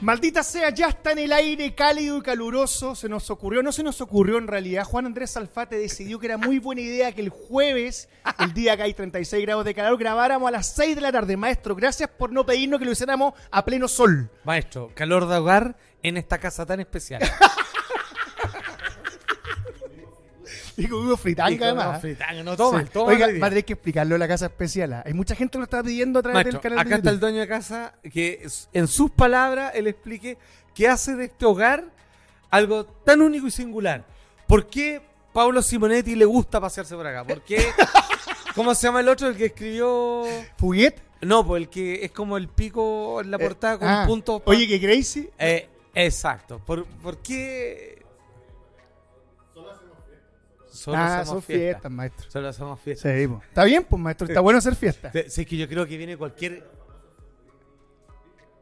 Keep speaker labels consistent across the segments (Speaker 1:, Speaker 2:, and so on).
Speaker 1: Maldita sea, ya está en el aire cálido y caluroso. Se nos ocurrió, no se nos ocurrió en realidad. Juan Andrés Alfate decidió que era muy buena idea que el jueves, el día que hay 36 grados de calor, grabáramos a las 6 de la tarde. Maestro, gracias por no pedirnos que lo hiciéramos a pleno sol.
Speaker 2: Maestro, calor de hogar en esta casa tan especial.
Speaker 1: Y con Hugo Fritanga,
Speaker 2: Dijo,
Speaker 1: además.
Speaker 2: no, fritanga, no toma,
Speaker 1: Sí.
Speaker 2: toma
Speaker 1: Oiga,
Speaker 2: hoy día.
Speaker 1: va a tener que explicarlo en la casa especial. ¿ah? Hay mucha gente que lo está pidiendo a través
Speaker 2: Maestro,
Speaker 1: del canal de
Speaker 2: acá está el
Speaker 1: YouTube.
Speaker 2: dueño de casa que es- en sus palabras él explique qué hace de este hogar algo tan único y singular. ¿Por qué Pablo Simonetti le gusta pasearse por acá? ¿Por qué? ¿Cómo se llama el otro? El que escribió...
Speaker 1: ¿Fuguet?
Speaker 2: No, pues el que es como el pico en la portada con
Speaker 1: Ah,
Speaker 2: puntos... pa-
Speaker 1: Oye, que Gracie.
Speaker 2: Eh, exacto. ¿Por, por qué...? Solo
Speaker 1: ah,
Speaker 2: hacemos
Speaker 1: son
Speaker 2: fiesta.
Speaker 1: fiestas, maestro.
Speaker 2: Solo hacemos fiesta.
Speaker 1: Sí, po. Está bien, pues, maestro. Está bueno hacer fiesta.
Speaker 2: Sí, sí, es que yo creo que viene cualquier...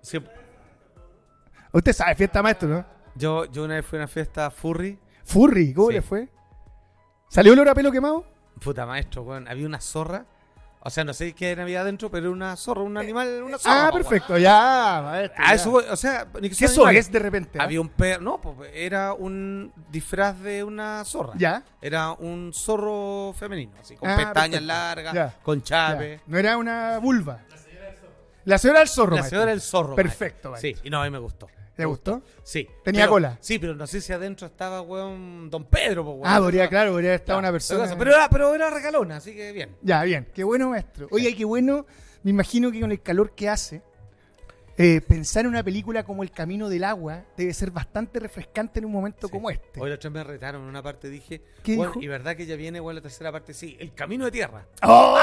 Speaker 2: Sí,
Speaker 1: Usted sabe fiesta, maestro, ¿no?
Speaker 2: Yo, yo una vez fui a una fiesta furry.
Speaker 1: Furry, ¿cómo
Speaker 2: Sí.
Speaker 1: le fue? ¿Salió olor a pelo quemado?
Speaker 2: Puta maestro, weón. Había una zorra. O sea, no sé qué había adentro, pero era una zorra, un animal, una zorra.
Speaker 1: ah,
Speaker 2: po, weón.
Speaker 1: perfecto, ya, maestro.
Speaker 2: Ah,
Speaker 1: ya.
Speaker 2: eso, voy, o sea, ni que
Speaker 1: ¿Qué
Speaker 2: sea
Speaker 1: eso
Speaker 2: animal.
Speaker 1: es de repente? ah?
Speaker 2: Había un perro. No, pues era un disfraz de una zorra.
Speaker 1: Ya.
Speaker 2: Era un zorro femenino, así, con
Speaker 1: Ah,
Speaker 2: pestañas
Speaker 1: perfecto.
Speaker 2: largas,
Speaker 1: Ya.
Speaker 2: con
Speaker 1: Ya.
Speaker 2: chape.
Speaker 1: No era una vulva. La señora del zorro.
Speaker 2: La
Speaker 1: maestro.
Speaker 2: señora del zorro.
Speaker 1: Perfecto,
Speaker 2: maestro.
Speaker 1: maestro.
Speaker 2: Sí, y no, a mí me gustó.
Speaker 1: ¿Te gustó?
Speaker 2: Sí.
Speaker 1: Tenía
Speaker 2: Pero-
Speaker 1: cola.
Speaker 2: Sí, pero no sé si adentro estaba, weón, Don Pedro, po, weón.
Speaker 1: Ah, podría, claro, podría estar
Speaker 2: Claro,
Speaker 1: una persona.
Speaker 2: Pero era, pero era regalona, así que bien.
Speaker 1: Ya, bien. Qué bueno, maestro. Oye, qué bueno. Me imagino que con el calor que hace, eh, pensar en una película como El Camino del Agua debe ser bastante refrescante en un momento
Speaker 2: Sí.
Speaker 1: como este.
Speaker 2: Hoy los tres me retaron. En una parte dije,
Speaker 1: ¿Qué
Speaker 2: "Bueno,
Speaker 1: dijo?
Speaker 2: y verdad que ya viene, bueno, la tercera parte sí, el camino de tierra.
Speaker 1: ¡Oh!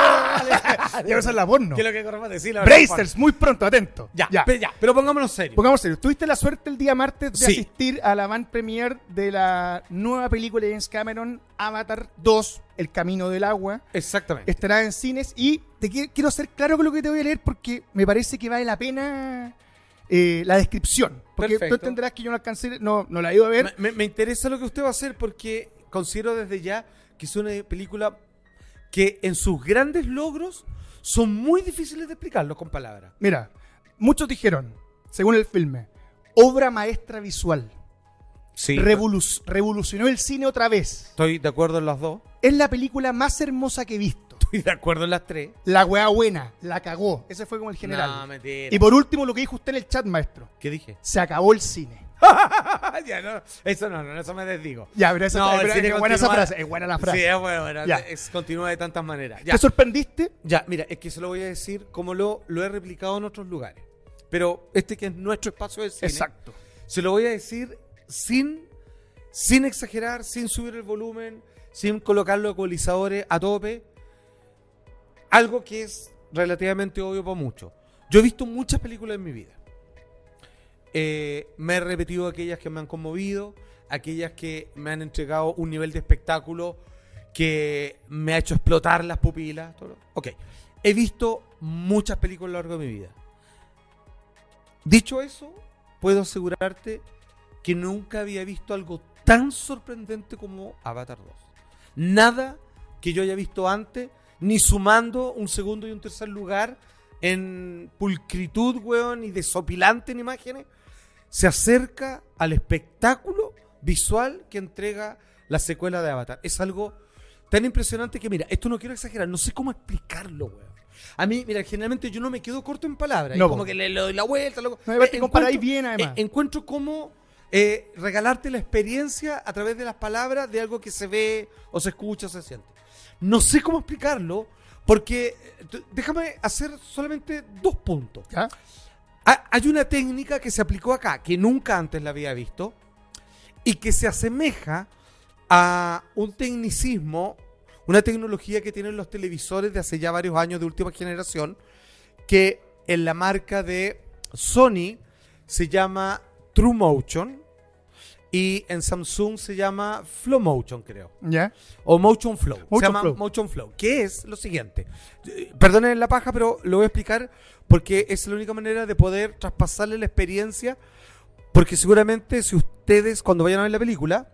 Speaker 1: ya vas a la porno.
Speaker 2: ¿Qué es lo Ah, que corresponde decir? la verdad,
Speaker 1: Brazers, muy pronto, atento.
Speaker 2: Juan. Ya, pe- ya, pero pongámonos serio.
Speaker 1: Pongamos serio, tuviste la suerte el día martes de
Speaker 2: Sí.
Speaker 1: asistir a la van premiere de la nueva película de James Cameron, Avatar 2, El Camino del Agua.
Speaker 2: Exactamente.
Speaker 1: Estará en cines y te qui- quiero ser claro con lo que te voy a leer porque me parece que vale la pena eh, la descripción. Porque
Speaker 2: Perfecto.
Speaker 1: tú entenderás que yo no alcancé, no, no la he ido a ver.
Speaker 2: Me, me- me interesa lo que usted va a hacer porque considero desde ya que es una película que en sus grandes logros son muy difíciles de explicarlos con palabras.
Speaker 1: Mira, muchos dijeron, según el filme, obra maestra visual.
Speaker 2: Sí.
Speaker 1: Revolu- revolucionó el cine otra vez.
Speaker 2: Estoy de acuerdo en las dos.
Speaker 1: Es la película más hermosa que he visto.
Speaker 2: Estoy de acuerdo en las tres.
Speaker 1: La weá buena, la cagó. Ese fue como el
Speaker 2: No,
Speaker 1: general.
Speaker 2: mentira.
Speaker 1: y por último, lo que dijo usted en el chat, maestro.
Speaker 2: ¿Qué dije?
Speaker 1: Se acabó el cine.
Speaker 2: Ah, ya, no, eso no, no, eso me desdigo.
Speaker 1: Ya, pero esa
Speaker 2: No, el
Speaker 1: pero
Speaker 2: cine
Speaker 1: es buena esa
Speaker 2: continúa-
Speaker 1: frase. Es buena la frase.
Speaker 2: Sí, es bueno, bueno,
Speaker 1: Ya.
Speaker 2: es- continúa de tantas maneras. Ya,
Speaker 1: ¿Te sorprendiste?
Speaker 2: ya, mira, es que se lo voy a decir como lo, lo he replicado en otros lugares. Pero este que es nuestro espacio de cine,
Speaker 1: Exacto.
Speaker 2: se lo voy a decir sin, sin exagerar, sin subir el volumen, sin colocar los ecualizadores a tope. Algo que es relativamente obvio para muchos. Yo he visto muchas películas en mi vida. Eh, me he repetido aquellas que me han conmovido, aquellas que me han entregado un nivel de espectáculo que me ha hecho explotar las pupilas. todo lo- Ok, he visto muchas películas a lo largo de mi vida. Dicho eso, puedo asegurarte que nunca había visto algo tan sorprendente como Avatar 2. Nada que yo haya visto antes, ni sumando un segundo y un tercer lugar en pulcritud, weón, y desopilante en imágenes, se acerca al espectáculo visual que entrega la secuela de Avatar. Es algo tan impresionante que, mira, esto no quiero exagerar, no sé cómo explicarlo, weón. A mí, mira, generalmente yo no me quedo corto en palabras,
Speaker 1: No,
Speaker 2: y como
Speaker 1: po.
Speaker 2: que le, le doy la vuelta, luego
Speaker 1: No, además te
Speaker 2: eh,
Speaker 1: comparáis
Speaker 2: encuentro-
Speaker 1: bien, además.
Speaker 2: eh, encuentro cómo eh, regalarte la experiencia a través de las palabras de algo que se ve o se escucha o se siente. No sé cómo explicarlo, porque eh, t- déjame hacer solamente dos puntos.
Speaker 1: ¿Ya?
Speaker 2: Ha- Hay una técnica que se aplicó acá, que nunca antes la había visto, y que se asemeja a un tecnicismo, una tecnología que tienen los televisores de hace ya varios años de última generación, que en la marca de Sony se llama True Motion y en Samsung se llama Flow Motion, creo.
Speaker 1: ¿Ya?
Speaker 2: O Motion Flow. se
Speaker 1: Motion
Speaker 2: llama
Speaker 1: Flow.
Speaker 2: Motion Flow. Que es lo siguiente. Eh, Perdonen la paja, pero lo voy a explicar porque es la única manera de poder traspasarle la experiencia. Porque seguramente si ustedes cuando vayan a ver la película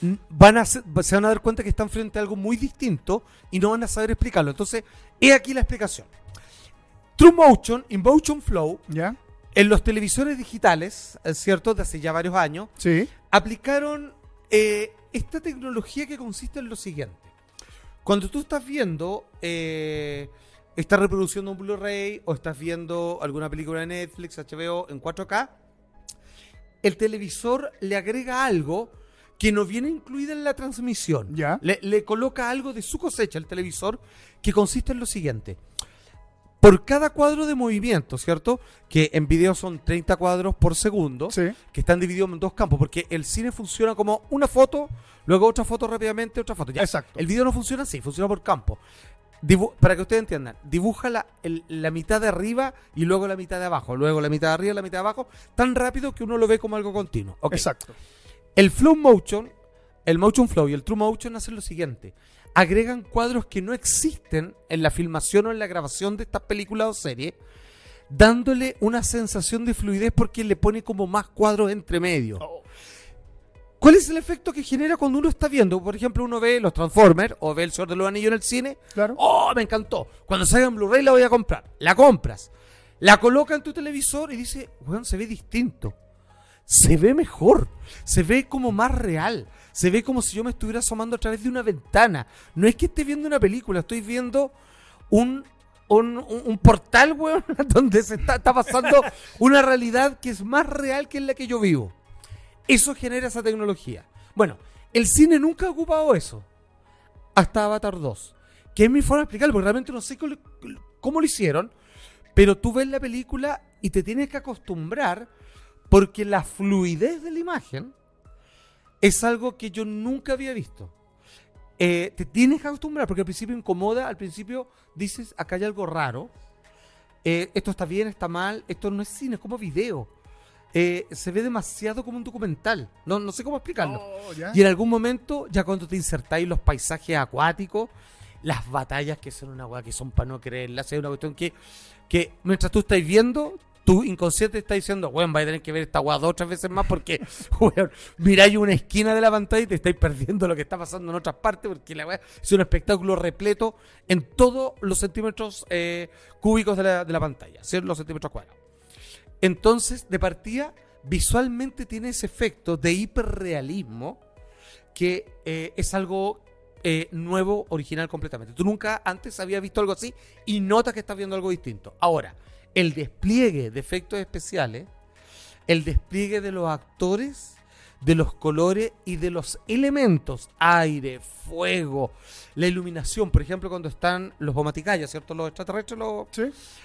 Speaker 2: n- van a se, se van a dar cuenta que están frente a algo muy distinto y no van a saber explicarlo. Entonces, he aquí la explicación. True Motion y Motion Flow
Speaker 1: ¿Ya?
Speaker 2: En los televisores digitales, eh, ¿cierto? De hace ya varios años,
Speaker 1: Sí.
Speaker 2: aplicaron eh, esta tecnología que consiste en lo siguiente. Cuando tú estás viendo, eh, estás reproduciendo un Blu-ray o estás viendo alguna película de Netflix, HBO en 4K, el televisor le agrega algo que no viene incluida en la transmisión.
Speaker 1: Ya.
Speaker 2: Le, le coloca algo de su cosecha al televisor que consiste en lo siguiente. Por cada cuadro de movimiento, ¿cierto? Que en video son 30 cuadros por segundo
Speaker 1: Sí.
Speaker 2: que están divididos en dos campos, porque el cine funciona como una foto, luego otra foto rápidamente, otra foto. Ya.
Speaker 1: Exacto.
Speaker 2: El video no funciona así, funciona por campo. Dibu- para que ustedes entiendan, dibuja la, el- la mitad de arriba y luego la mitad de abajo, luego la mitad de arriba y la mitad de abajo, tan rápido que uno lo ve como algo continuo. Ok.
Speaker 1: Exacto.
Speaker 2: El flow motion, el motion flow y el true motion hacen lo siguiente. Agregan cuadros que no existen en la filmación o en la grabación de estas películas o series, dándole una sensación de fluidez porque le pone como más cuadros entre medio. ¿Cuál es el efecto que genera cuando uno está viendo? Por ejemplo, uno ve los Transformers o ve El Señor de los Anillos en el cine.
Speaker 1: Claro.
Speaker 2: ¡Oh, me encantó! Cuando salga en Blu-ray la voy a comprar. La compras. La coloca en tu televisor y dice, weón, se ve distinto. Se ve mejor. Se ve como más real. Se ve como si yo me estuviera asomando a través de una ventana. No es que esté viendo una película, estoy viendo un, un, un- un portal, weón, donde se está, está pasando una realidad que es más real que en la que yo vivo. Eso genera esa tecnología. Bueno, el cine nunca ha ocupado eso. Hasta Avatar 2. Que es mi forma de explicarlo, porque realmente no sé cómo, cómo lo hicieron. Pero tú ves la película y te tienes que acostumbrar porque la fluidez de la imagen es algo que yo nunca había visto. Eh, te tienes que acostumbrar porque al principio incomoda, al principio dices, acá hay algo raro. Eh, esto está bien, está mal, esto no es cine, es como video. Eh, se ve demasiado como un documental. No, no sé cómo explicarlo.
Speaker 1: Oh, ya.
Speaker 2: Y en algún momento, ya cuando te insertáis los paisajes acuáticos, las batallas que son una weá que son para no creerlas, es una cuestión que, que mientras tú estás viendo, tu inconsciente está diciendo, weón, vais a tener que ver esta weá dos o tres veces más porque, weón, miráis una esquina de la pantalla y te estáis perdiendo lo que está pasando en otras partes porque la weá es un espectáculo repleto en todos los centímetros eh, cúbicos de la, de la pantalla, ¿sí? los centímetros cuadrados. Entonces, de partida, visualmente tiene ese efecto de hiperrealismo que eh, es algo eh, nuevo, original completamente. Tú nunca antes habías visto algo así y notas que estás viendo algo distinto. Ahora, el despliegue de efectos especiales, el despliegue de los actores, de los colores y de los elementos, aire, fuego, la iluminación, por ejemplo, cuando están los Omaticaya, ¿cierto? Los extraterrestres, los,
Speaker 1: Sí.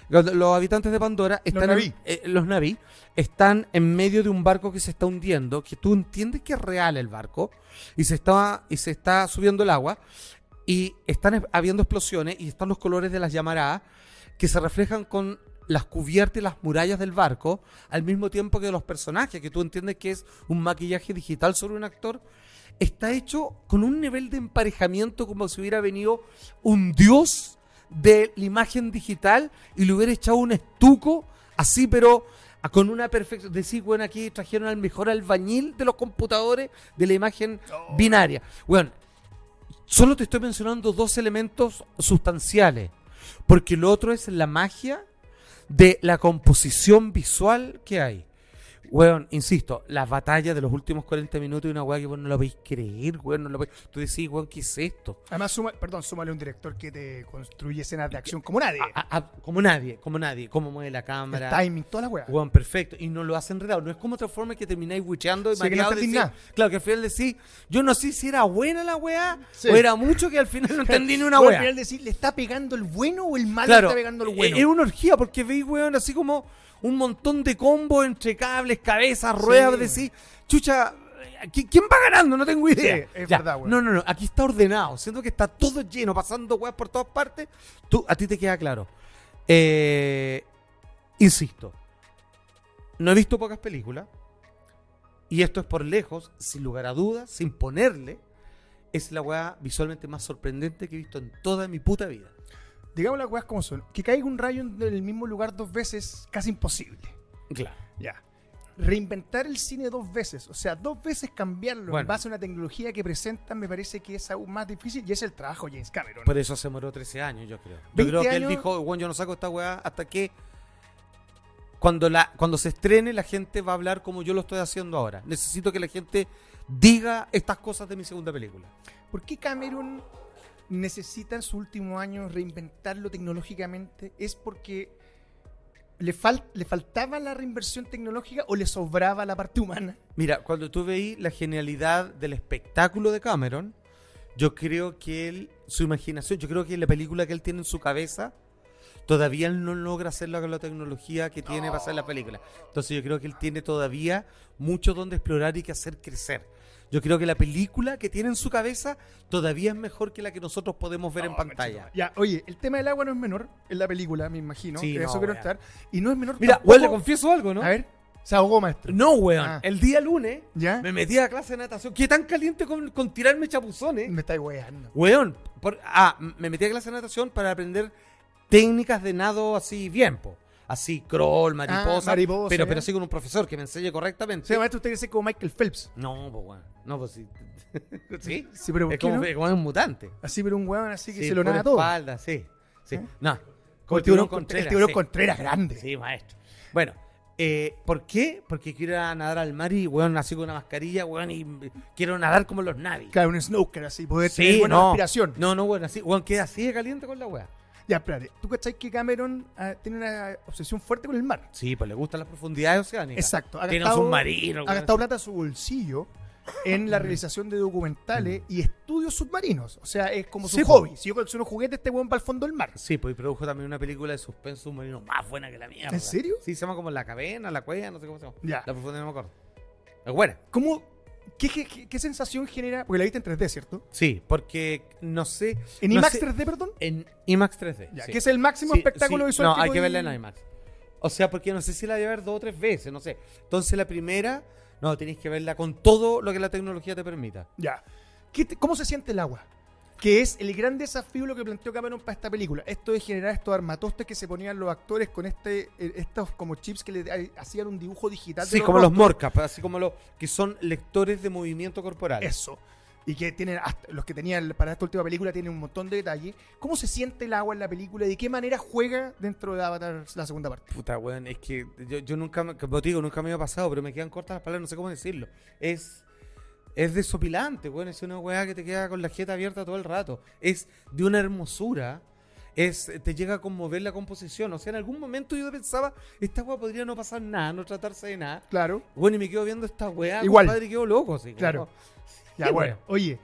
Speaker 2: los, los habitantes de Pandora están,
Speaker 1: Na'vi.
Speaker 2: eh, los Na'vi están en medio de un barco que se está hundiendo, que tú entiendes que es real el barco, y se está, y se está subiendo el agua, y están es- habiendo explosiones, y están los colores de las llamaradas, que se reflejan con las cubiertas y las murallas del barco, al mismo tiempo que los personajes, que tú entiendes que es un maquillaje digital sobre un actor, está hecho con un nivel de emparejamiento como si hubiera venido un dios de la imagen digital y le hubiera echado un estuco así, pero a- con una perfección. Decir, bueno, aquí trajeron al mejor albañil de los computadores de la imagen binaria. Bueno, solo te estoy mencionando dos elementos sustanciales, porque lo otro es la magia de la composición visual que hay. Weón, insisto, las batallas de los últimos 40 minutos y una weá que vos no lo podéis creer, weón, no lo podéis- Tú decís, weón, ¿qué es esto?
Speaker 1: Además, suma- perdón, súmale un director que te construye escenas de acción como nadie.
Speaker 2: A- a- como nadie, como nadie, cómo mueve la
Speaker 1: El
Speaker 2: cámara.
Speaker 1: timing, toda la weá.
Speaker 2: Weón, perfecto. Y no lo hace enredado. No es como otra forma que termináis witcheando y
Speaker 1: Sí, que no
Speaker 2: mareado
Speaker 1: entendí
Speaker 2: decís-
Speaker 1: nada.
Speaker 2: Claro, que al final decís, yo no sé si era buena la weá
Speaker 1: Sí.
Speaker 2: o era mucho que al final no entendí ni una
Speaker 1: Voy a
Speaker 2: weá.
Speaker 1: al final decir, ¿le está pegando el bueno o el malo
Speaker 2: Claro, e-,
Speaker 1: le está pegando el
Speaker 2: es
Speaker 1: bueno?
Speaker 2: una orgía porque veis, weón, así como un montón de combos entre cables, cabezas, ruedas,
Speaker 1: weón.
Speaker 2: decís, chucha, ¿qui- ¿quién va ganando? No tengo idea.
Speaker 1: Sí, es
Speaker 2: Ya,
Speaker 1: verdad, weón.
Speaker 2: No, no, no, aquí está ordenado, siento que está todo lleno, pasando weas por todas partes, tú, a ti te queda claro. Eh, insisto, no he visto pocas películas, y esto es por lejos, sin lugar a dudas, sin ponerle, es la weá visualmente más sorprendente que he visto en toda mi puta vida.
Speaker 1: Digamos las weas como son. Que caiga un rayo en el mismo lugar dos veces, casi imposible.
Speaker 2: Claro.
Speaker 1: Ya. Reinventar el cine dos veces, o sea, dos veces cambiarlo en
Speaker 2: Bueno.
Speaker 1: base a una tecnología que presentan, me parece que es aún más difícil y es el trabajo de James Cameron.
Speaker 2: Por eso se moró 13 años, yo creo. Yo
Speaker 1: 20
Speaker 2: creo que él
Speaker 1: años.
Speaker 2: dijo, bueno, yo no saco esta weá hasta que Cuando, la, cuando se estrene, la gente va a hablar como yo lo estoy haciendo ahora. Necesito que la gente diga estas cosas de mi segunda película.
Speaker 1: ¿Por qué Cameron necesita en su último año reinventarlo tecnológicamente? ¿Es porque le, fal- le faltaba la reinversión tecnológica o le sobraba la parte humana?
Speaker 2: Mira, cuando tú veí la genialidad del espectáculo de Cameron, yo creo que él, su imaginación, yo creo que la película que él tiene en su cabeza, todavía él no logra hacerla con la tecnología que tiene para hacer la película. Entonces yo creo que él tiene todavía mucho donde explorar y que hacer crecer. Yo creo que la película que tiene en su cabeza todavía es mejor que la que nosotros podemos ver en pantalla.
Speaker 1: Ya, oye, el tema del agua no es menor en la película, me imagino.
Speaker 2: Sí,
Speaker 1: que
Speaker 2: no,
Speaker 1: eso quiero
Speaker 2: weón.
Speaker 1: estar. Y no es menor.
Speaker 2: Mira,
Speaker 1: tampoco-
Speaker 2: güey, le confieso algo, ¿no?
Speaker 1: A ver, se ahogó, maestro.
Speaker 2: No, weón.
Speaker 1: Ah.
Speaker 2: El día lunes
Speaker 1: ¿Ya?
Speaker 2: me metí a clase de natación. Qué tan caliente con, con tirarme chapuzones.
Speaker 1: Me estáis weando.
Speaker 2: Weón, por- ah, m- me metí a clase de natación para aprender técnicas de nado así bien, po. Así, crawl,
Speaker 1: Ah,
Speaker 2: mariposa.
Speaker 1: mariposa,
Speaker 2: pero,
Speaker 1: ya.
Speaker 2: pero así con un profesor que me enseñe
Speaker 1: O
Speaker 2: correctamente.
Speaker 1: sea, maestro, usted quiere ser como Michael Phelps.
Speaker 2: No, pues weón. No, pues sí. ¿Sí?
Speaker 1: Sí, pero ¿por
Speaker 2: es
Speaker 1: qué
Speaker 2: como,
Speaker 1: no?
Speaker 2: es como un mutante.
Speaker 1: Así, pero un weón así que
Speaker 2: Sí,
Speaker 1: se lo
Speaker 2: por
Speaker 1: nada todo.
Speaker 2: espalda, sí. sí.
Speaker 1: ¿Eh?
Speaker 2: No.
Speaker 1: Como el tiburón, Contreras.
Speaker 2: Contreras,
Speaker 1: El tiburón
Speaker 2: sí.
Speaker 1: Contreras grande.
Speaker 2: Sí, maestro. Bueno, eh, ¿por qué? Porque quiero ir a nadar al mar y, weón, así con una mascarilla, weón, y mm, quiero nadar como los navis.
Speaker 1: Claro, un snooker así, poder
Speaker 2: Sí,
Speaker 1: tener buena
Speaker 2: no.
Speaker 1: respiración.
Speaker 2: No, no, weón, así, weón, queda así de caliente con la weá.
Speaker 1: Ya, espérate. ¿Tú cachai que Cameron ah, tiene una obsesión fuerte con el mar?
Speaker 2: Sí, pues le gustan las profundidades oceánicas.
Speaker 1: Exacto. Ha
Speaker 2: Tiene
Speaker 1: gastado-
Speaker 2: un submarino.
Speaker 1: Ha
Speaker 2: weón. Mm.
Speaker 1: gastado plata a su bolsillo en la realización de documentales y estudios submarinos. O sea, es como su
Speaker 2: Sí, po.
Speaker 1: hobby. Si yo colecciono juguetes, este weón va al fondo del mar.
Speaker 2: Sí, pues y produjo también una película de suspenso submarino más buena que la mierda.
Speaker 1: ¿En serio?
Speaker 2: Sí, se llama como La Cadena, La Cueva, no sé cómo se llama.
Speaker 1: Ya.
Speaker 2: La profundidad no me acuerdo. Es buena.
Speaker 1: ¿Cómo, qué, qué- qué- qué sensación genera? Porque la viste en 3D, ¿cierto?
Speaker 2: Sí, porque no sé.
Speaker 1: En
Speaker 2: no
Speaker 1: IMAX
Speaker 2: sé-
Speaker 1: 3D, perdón.
Speaker 2: En IMAX 3D.
Speaker 1: Ya,
Speaker 2: sí.
Speaker 1: Que es el máximo
Speaker 2: Sí,
Speaker 1: espectáculo
Speaker 2: sí,
Speaker 1: visual.
Speaker 2: No, hay
Speaker 1: voy-
Speaker 2: que verla en IMAX. O sea, porque no sé si la voy a ver dos o tres veces, no sé. Entonces la primera, no, tenéis que verla con todo lo que la tecnología te permita.
Speaker 1: Ya. ¿Qué te- ¿Cómo se siente el agua? Que es el gran desafío lo que planteó Cameron para esta película. Esto de generar estos armatostes que se ponían los actores con este, eh, estos como chips que le ha- hacían un dibujo digital. de
Speaker 2: Sí, como los
Speaker 1: rostros.
Speaker 2: morcas, así como los que son lectores de movimiento corporal.
Speaker 1: Eso. Y que tienen, hasta- los que tenían para esta última película tienen un montón de detalles. ¿Cómo se siente el agua en la película y de qué manera juega dentro de Avatar la segunda parte?
Speaker 2: Puta, weón, es que yo, yo nunca, me- como te digo, nunca me había pasado, pero me quedan cortas las palabras, no sé cómo decirlo. Es, es desopilante, weón, es una weá que te queda con la jeta abierta todo el rato. Es de una hermosura, es, te llega a conmover la composición. O sea, en algún momento yo pensaba, esta weá podría no pasar nada, no tratarse de nada.
Speaker 1: Claro.
Speaker 2: Bueno, y me quedo viendo esta weá,
Speaker 1: Igual.
Speaker 2: compadre, y quedo loco, así como,
Speaker 1: Claro. Ya,
Speaker 2: Sí,
Speaker 1: bueno.
Speaker 2: bueno.
Speaker 1: Oye,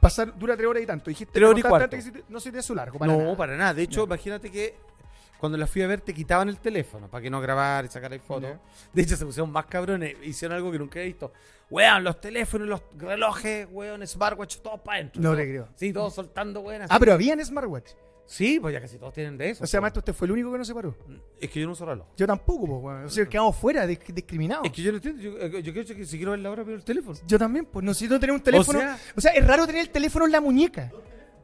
Speaker 1: pasar, dura tres horas y tanto. Dijiste
Speaker 2: Tres horas y
Speaker 1: contaste
Speaker 2: cuarto.
Speaker 1: antes que se te- no se te hace largo.
Speaker 2: no,
Speaker 1: nada.
Speaker 2: para nada. De hecho,
Speaker 1: Ya.
Speaker 2: imagínate que cuando la fui a ver te quitaban el teléfono para que no grabar y sacar ahí fotos.
Speaker 1: Ya.
Speaker 2: De hecho, se pusieron más cabrones. Hicieron algo que nunca he visto. Weón, los teléfonos, los relojes, weón, smartwatch, todos para adentro.
Speaker 1: No
Speaker 2: Todo-
Speaker 1: te creo.
Speaker 2: Sí, todos soltando buenas.
Speaker 1: Ah, pero habían smartwatch.
Speaker 2: Sí, pues ya casi todos tienen de eso.
Speaker 1: O sea,
Speaker 2: po.
Speaker 1: maestro, usted fue el único que no se paró.
Speaker 2: Es que yo no uso reloj.
Speaker 1: Yo tampoco, pues, weón. O sea, quedamos fuera, dis- discriminados.
Speaker 2: Es que yo no entiendo. Yo, yo, creo que si quiero ver la hora, pero el teléfono.
Speaker 1: Yo también, pues, necesito tener un teléfono. O sea,
Speaker 2: sea-
Speaker 1: es raro tener el teléfono en la muñeca.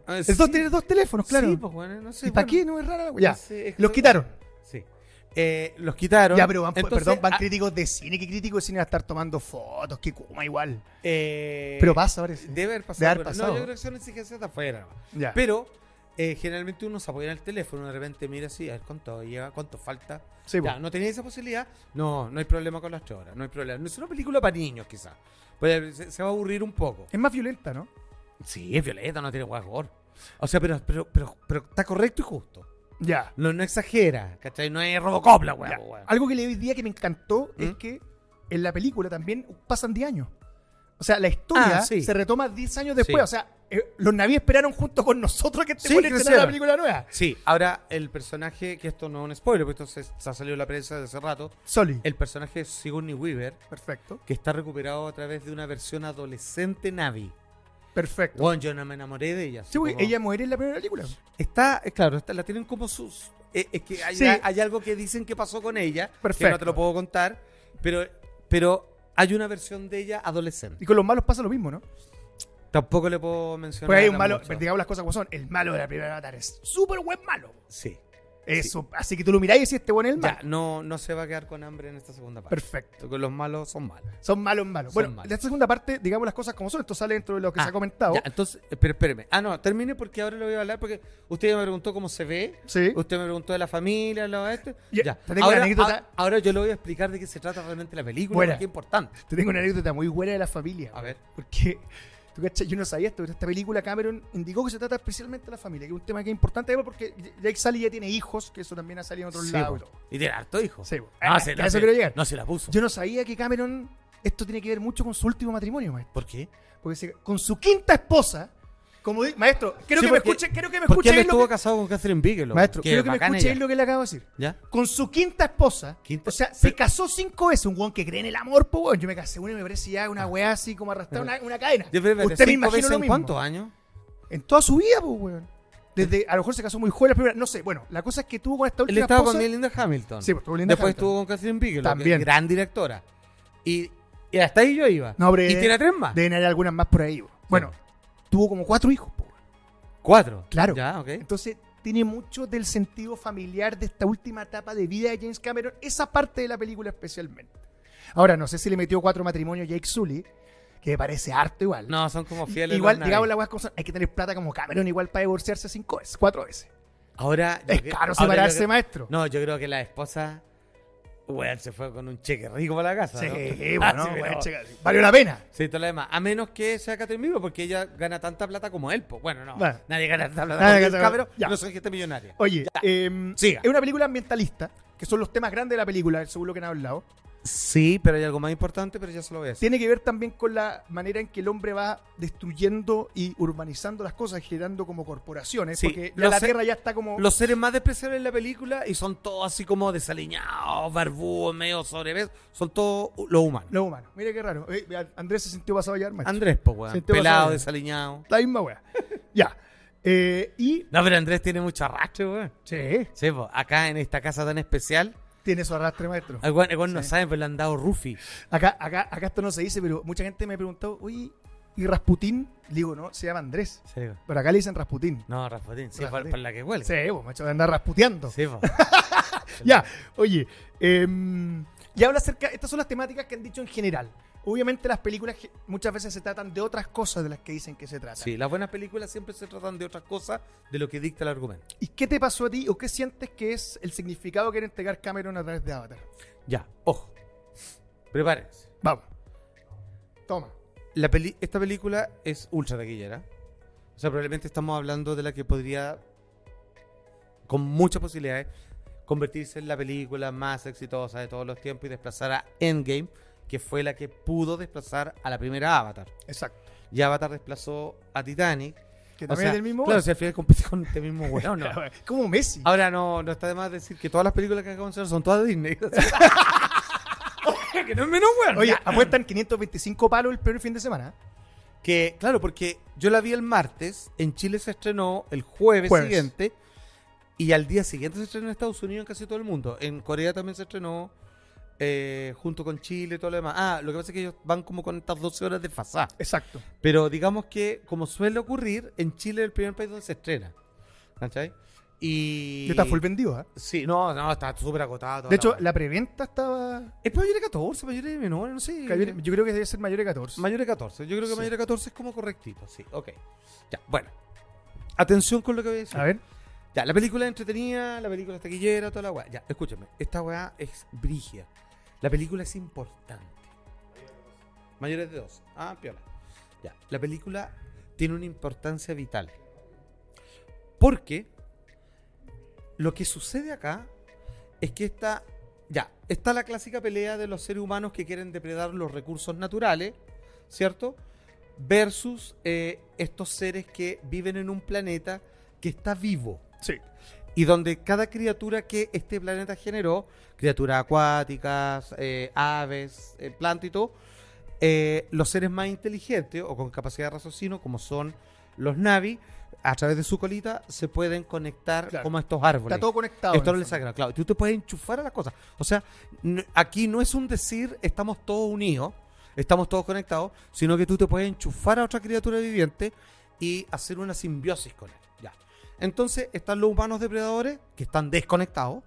Speaker 2: Ah,
Speaker 1: Es dos, tener dos teléfonos, claro.
Speaker 2: Sí, pues, weón, no sé.
Speaker 1: ¿Y para
Speaker 2: bueno.
Speaker 1: qué? No es raro. la wea. Ya,
Speaker 2: No sé, es que
Speaker 1: los
Speaker 2: son-
Speaker 1: quitaron.
Speaker 2: Sí. Eh, los quitaron.
Speaker 1: Ya, pero van,
Speaker 2: Entonces,
Speaker 1: perdón, van
Speaker 2: ah,
Speaker 1: críticos de cine. ¿Qué críticos de cine va a estar tomando fotos? Que coma igual.
Speaker 2: eh,
Speaker 1: Pero pasa, parece.
Speaker 2: Debe haber pasado.
Speaker 1: De haber
Speaker 2: pero-
Speaker 1: pasado.
Speaker 2: No, yo creo que son exigencias de afuera. nomás.
Speaker 1: Ya.
Speaker 2: Pero eh, generalmente uno se apoya en el teléfono, de repente mira así, a ver cuánto lleva, cuánto falta.
Speaker 1: Sí,
Speaker 2: ya,
Speaker 1: po.
Speaker 2: no tenía esa posibilidad. No, no hay problema con las tres horas, no hay problema. No es una película para niños, quizás. Pues, se, se va a aburrir un poco.
Speaker 1: Es más violenta, ¿no?
Speaker 2: Sí, es violeta, no tiene guagor. O sea, pero, pero, pero, pero está correcto y justo.
Speaker 1: Ya.
Speaker 2: No, no exagera, ¿cachai? No es Robocop la weá,
Speaker 1: Ya.
Speaker 2: po, weón.
Speaker 1: Algo que le vi hoy día que me encantó es
Speaker 2: ¿Mm?
Speaker 1: que en la película también pasan 10 años. O sea, la historia
Speaker 2: Ah, sí.
Speaker 1: se retoma 10 años después.
Speaker 2: Sí.
Speaker 1: O sea, eh, los navíos esperaron junto con nosotros que te
Speaker 2: Sí,
Speaker 1: ponen la
Speaker 2: crecieron.
Speaker 1: película nueva.
Speaker 2: Sí, ahora el personaje, que esto no es un spoiler, porque esto se, se ha salido en la prensa desde hace rato.
Speaker 1: Soli.
Speaker 2: El personaje de Sigourney Weaver,
Speaker 1: Perfecto.
Speaker 2: que está recuperado a través de una versión adolescente Navi.
Speaker 1: Perfecto.
Speaker 2: Bueno, yo no me enamoré de ella.
Speaker 1: Sí, güey,
Speaker 2: supongo.
Speaker 1: ella muere en la primera película.
Speaker 2: Está, eh, claro, está- la tienen como sus... eh, es que hay,
Speaker 1: Sí.
Speaker 2: hay algo que dicen que pasó con ella, que
Speaker 1: Perfecto.
Speaker 2: no te lo puedo contar, pero, pero hay una versión de ella adolescente.
Speaker 1: Y con los malos pasa lo mismo, ¿no?
Speaker 2: Tampoco le puedo mencionar.
Speaker 1: Pues hay un
Speaker 2: a
Speaker 1: malo,
Speaker 2: mucho.
Speaker 1: digamos las cosas como son. El malo de la primera avatar es súper buen malo.
Speaker 2: Sí.
Speaker 1: Es Eso, así que tú lo mirás y decís, este bueno es el
Speaker 2: Ya,
Speaker 1: mal.
Speaker 2: no, no se va a quedar con hambre en esta segunda parte.
Speaker 1: Perfecto.
Speaker 2: Porque los malos son malos.
Speaker 1: Son malos, malos.
Speaker 2: Son
Speaker 1: Bueno,
Speaker 2: malos.
Speaker 1: de esta segunda parte, digamos las cosas como son. Esto sale dentro de lo que
Speaker 2: Ah,
Speaker 1: se ha comentado.
Speaker 2: Ya, entonces, pero espéreme. Ah, no, termine porque ahora lo voy a hablar porque usted me preguntó cómo se ve.
Speaker 1: Sí.
Speaker 2: Usted me preguntó de la familia, lo de esto.
Speaker 1: Ya,
Speaker 2: Ya.
Speaker 1: te tengo
Speaker 2: Ahora,
Speaker 1: una anécdota.
Speaker 2: a- ahora yo le voy a explicar de qué se trata realmente la película,
Speaker 1: Buena.
Speaker 2: porque es importante.
Speaker 1: Te tengo una anécdota muy buena de la familia.
Speaker 2: A ver.
Speaker 1: Porque, tú cachai, yo no sabía esto, pero esta película Cameron indicó que se trata especialmente de la familia, que es un tema que es importante ¿eh? porque Jake Sully ya tiene hijos, que eso también ha salido en otros
Speaker 2: Sí,
Speaker 1: lados.
Speaker 2: po. y tiene harto hijo.
Speaker 1: Sí, po.
Speaker 2: no,
Speaker 1: Ah,
Speaker 2: se,
Speaker 1: a
Speaker 2: no
Speaker 1: eso
Speaker 2: se-
Speaker 1: quiero llegar.
Speaker 2: No se la puso.
Speaker 1: Yo no sabía que Cameron, esto tiene que ver mucho con su último matrimonio, maestro.
Speaker 2: ¿Por qué?
Speaker 1: Porque se- con su quinta esposa, como di- maestro, quiero
Speaker 2: Sí,
Speaker 1: que me
Speaker 2: porque-
Speaker 1: escuche, quiero que me
Speaker 2: Porque
Speaker 1: escuche
Speaker 2: él
Speaker 1: bien lo
Speaker 2: estuvo
Speaker 1: que-
Speaker 2: casado con Catherine Bigelow.
Speaker 1: Maestro,
Speaker 2: que
Speaker 1: quiero que me
Speaker 2: bacán
Speaker 1: escuche
Speaker 2: ella.
Speaker 1: bien lo que le acabo de decir.
Speaker 2: ¿Ya?
Speaker 1: Con su quinta esposa,
Speaker 2: Quinta-
Speaker 1: o sea, se
Speaker 2: pero-
Speaker 1: casó cinco veces, un weón que cree en el amor, po, weón. Yo me casé una y me parece ya una weá así como arrastrar una, una cadena.
Speaker 2: Yo, pero, pero,
Speaker 1: Usted me
Speaker 2: cinco
Speaker 1: imagina
Speaker 2: veces
Speaker 1: lo
Speaker 2: en
Speaker 1: mismo.
Speaker 2: cuántos años?
Speaker 1: En toda su vida, pues, weón. Desde, a lo mejor se casó muy joven la primera, no sé. Bueno, la cosa es que tuvo con esta
Speaker 2: Él
Speaker 1: última
Speaker 2: estaba
Speaker 1: esposa.
Speaker 2: con Linda Hamilton.
Speaker 1: Sí, pues, estuvo con Linda
Speaker 2: Después
Speaker 1: Hamilton.
Speaker 2: estuvo con Catherine Bigelow,
Speaker 1: También.
Speaker 2: que es gran directora. Y, y hasta ahí yo iba.
Speaker 1: No, hombre,
Speaker 2: y tiene tres más.
Speaker 1: Deben haber algunas más por ahí, weón. Bueno, tuvo como cuatro hijos, po, weón.
Speaker 2: Cuatro.
Speaker 1: Claro.
Speaker 2: Ya, ok.
Speaker 1: Entonces, tiene mucho del sentido familiar de esta última etapa de vida de James Cameron, esa parte de la película especialmente. Ahora, no sé si le metió cuatro matrimonios Jake Sully, que me parece harto igual.
Speaker 2: No, son como fieles.
Speaker 1: igual,
Speaker 2: los
Speaker 1: digamos
Speaker 2: Navy.
Speaker 1: la cosa, hay que tener plata como Cameron igual para divorciarse cinco veces, cuatro veces.
Speaker 2: Ahora. yo
Speaker 1: Es
Speaker 2: que-
Speaker 1: caro
Speaker 2: ahora yo
Speaker 1: separarse,
Speaker 2: que-
Speaker 1: maestro.
Speaker 2: No, yo creo que la esposa. Weón, se fue con un cheque rico para la casa.
Speaker 1: Sí,
Speaker 2: ¿no? Ah,
Speaker 1: bueno,
Speaker 2: sí,
Speaker 1: bueno,
Speaker 2: pero-
Speaker 1: checa, valió la pena.
Speaker 2: Sí, todo lo demás. A menos que sea Catherine Bigelow, porque ella gana tanta plata como él. pues. Bueno, no.
Speaker 1: Bueno.
Speaker 2: Nadie gana tanta plata
Speaker 1: Nadie
Speaker 2: como
Speaker 1: gana-
Speaker 2: él, cabrón.
Speaker 1: ya.
Speaker 2: No soy gente millonaria.
Speaker 1: Oye, em,
Speaker 2: Siga.
Speaker 1: es una película ambientalista, que son los temas grandes de la película, según lo que han hablado.
Speaker 2: Sí, pero hay algo más importante, pero ya se lo voy a decir.
Speaker 1: Tiene que ver también con la manera en que el hombre va destruyendo y urbanizando las cosas, generando como corporaciones,
Speaker 2: Sí,
Speaker 1: porque
Speaker 2: lo
Speaker 1: ya la
Speaker 2: sé.
Speaker 1: tierra ya está como...
Speaker 2: Los seres más despreciables en la película y son todos así como desaliñados, barbudos, medio sobrepeso. Son todos los humanos.
Speaker 1: Lo humano. Mira qué raro. Eh, Andrés se sintió pasado ya, maestro.
Speaker 2: Andrés, pues, weón.
Speaker 1: Sí, te vas a
Speaker 2: pelado,
Speaker 1: ver.
Speaker 2: desaliñado.
Speaker 1: La misma wea. ya. Eh, y...
Speaker 2: No, pero Andrés tiene mucho arrastre, weón.
Speaker 1: Sí,
Speaker 2: Sí, pues, acá en esta casa tan especial,
Speaker 1: tiene su arrastre, maestro.
Speaker 2: el weón, el weón no
Speaker 1: Sí.
Speaker 2: sabe, pero le han dado Rufi.
Speaker 1: Acá, acá, acá esto no se dice, pero mucha gente me ha preguntado, oye, ¿y Rasputín? Le digo, no, se llama Andrés.
Speaker 2: Sí, weón.
Speaker 1: Pero acá le dicen Rasputín.
Speaker 2: No, Rasputín, sí,
Speaker 1: Rasputín.
Speaker 2: por, por la que huele.
Speaker 1: Sí, pues, macho, de andar rasputeando.
Speaker 2: Sí, po.
Speaker 1: Ya, oye, em, y habla acerca, estas son las temáticas que han dicho en general. Obviamente las películas ge- muchas veces se tratan de otras cosas de las que dicen que se tratan.
Speaker 2: Sí, las buenas películas siempre se tratan de otras cosas de lo que dicta el argumento.
Speaker 1: ¿Y qué te pasó a ti o qué sientes que es el significado que quiere entregar Cameron a través de Avatar?
Speaker 2: Ya, ojo. Prepárense.
Speaker 1: Vamos. Toma.
Speaker 2: La peli- esta película es ultra taquillera. O sea, probablemente estamos hablando de la que podría, con muchas posibilidades, convertirse en la película más exitosa de todos los tiempos y desplazar a Endgame, que fue la que pudo desplazar a la primera Avatar.
Speaker 1: Exacto.
Speaker 2: Y Avatar desplazó a Titanic.
Speaker 1: Que
Speaker 2: O
Speaker 1: también
Speaker 2: sea,
Speaker 1: es del mismo...
Speaker 2: Claro, si al final compite con este mismo weón, no.
Speaker 1: Como Messi.
Speaker 2: Ahora no, no está de más decir que todas las películas que acabamos de hacer son todas de Disney. que no es menos weón.
Speaker 1: Oye, apuestan 525 palos el peor fin de semana.
Speaker 2: Que, claro, porque yo la vi el martes, en Chile se estrenó el jueves,
Speaker 1: Jueves.
Speaker 2: siguiente, y al día siguiente se estrenó en Estados Unidos en casi todo el mundo. En Corea también se estrenó, eh, junto con Chile y todo lo demás. Ah, lo que pasa es que ellos van como con estas 12 horas de fasada.
Speaker 1: Exacto.
Speaker 2: Pero digamos que, como suele ocurrir, en Chile es el primer país donde se estrena. ¿Cachai? Y...
Speaker 1: Yo estaba full vendido, ¿ah?
Speaker 2: Sí, no, no, está súper agotada. toda
Speaker 1: De hecho,
Speaker 2: la-
Speaker 1: la preventa estaba...
Speaker 2: es mayor de 14, mayor de menor, no sé.
Speaker 1: Cabrón, Yo creo que debe ser mayor de 14.
Speaker 2: Mayor de 14. Yo creo que
Speaker 1: Sí.
Speaker 2: mayor de 14 es como correctito, sí. Ok. Ya, bueno. Atención con lo que voy a decir.
Speaker 1: A ver.
Speaker 2: Ya, la película es entretenida, la película es taquillera, toda la weá. Ya, escúchame. Esta weá es brigia. La película es importante. Mayores de 12. Ah, piola. Ya, la película tiene una importancia vital. Porque lo que sucede acá es que está. Ya, está la clásica pelea de los seres humanos que quieren depredar los recursos naturales, ¿cierto? Versus eh, estos seres que viven en un planeta que está vivo
Speaker 1: Sí.
Speaker 2: y donde cada criatura que este planeta generó, criaturas acuáticas, eh, aves, eh, plantas y todo, eh, los seres más inteligentes o con capacidad de raciocinio, como son los Navi, a través de su colita se pueden conectar
Speaker 1: Claro.
Speaker 2: como a estos árboles.
Speaker 1: Está todo conectado.
Speaker 2: Esto
Speaker 1: en
Speaker 2: no
Speaker 1: el
Speaker 2: le
Speaker 1: fondo.
Speaker 2: saca, claro. Tú te puedes enchufar a las cosas. O sea, n- aquí no es un decir estamos todos unidos, estamos todos conectados, sino que tú te puedes enchufar a otra criatura viviente y hacer una simbiosis con él. Ya. Entonces están los humanos depredadores, que están desconectados,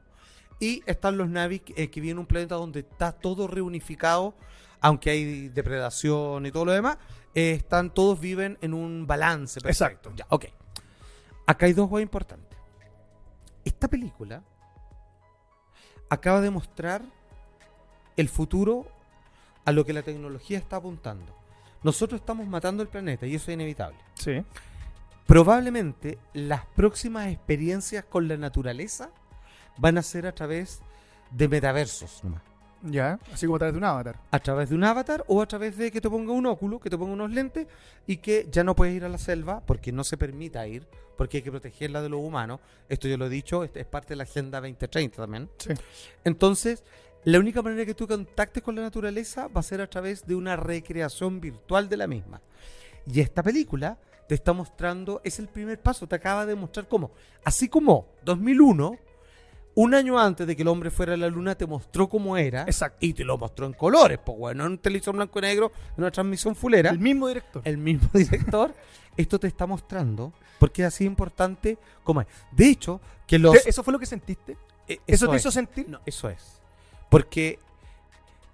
Speaker 2: y están los navis eh, que viven en un planeta donde está todo reunificado, aunque hay depredación y todo lo demás, eh, están todos viven en un balance. perfecto.
Speaker 1: Exacto.
Speaker 2: Ya, ok. Acá hay dos cosas importantes. Esta película acaba de mostrar el futuro a lo que la tecnología está apuntando. Nosotros estamos matando el planeta y eso es inevitable.
Speaker 1: Sí.
Speaker 2: Probablemente las próximas experiencias con la naturaleza van a ser a través de metaversos nomás.
Speaker 1: Ya. Así como a través de un avatar.
Speaker 2: A través de un avatar o a través de que te ponga un óculo, que te ponga unos lentes y que ya no puedes ir a la selva porque no se permita ir, porque hay que protegerla de los humanos. Esto yo lo he dicho, este es parte de la Agenda 2030 también.
Speaker 1: Sí.
Speaker 2: Entonces, la única manera que tú contactes con la naturaleza va a ser a través de una recreación virtual de la misma. Y esta película te está mostrando, es el primer paso, te acaba de mostrar cómo. Así como 2001, un año antes de que el hombre fuera a la luna, te mostró cómo era.
Speaker 1: Exacto.
Speaker 2: Y te lo mostró en colores, pues bueno, en un televisor blanco y negro, en una transmisión fulera
Speaker 1: El mismo director.
Speaker 2: el mismo director, esto te está mostrando porque es así importante como es. De hecho, que los...
Speaker 1: ¿Te- ¿Eso fue lo que sentiste?
Speaker 2: eh,
Speaker 1: ¿Eso, te
Speaker 2: es.
Speaker 1: hizo sentir?
Speaker 2: No, eso es. Porque,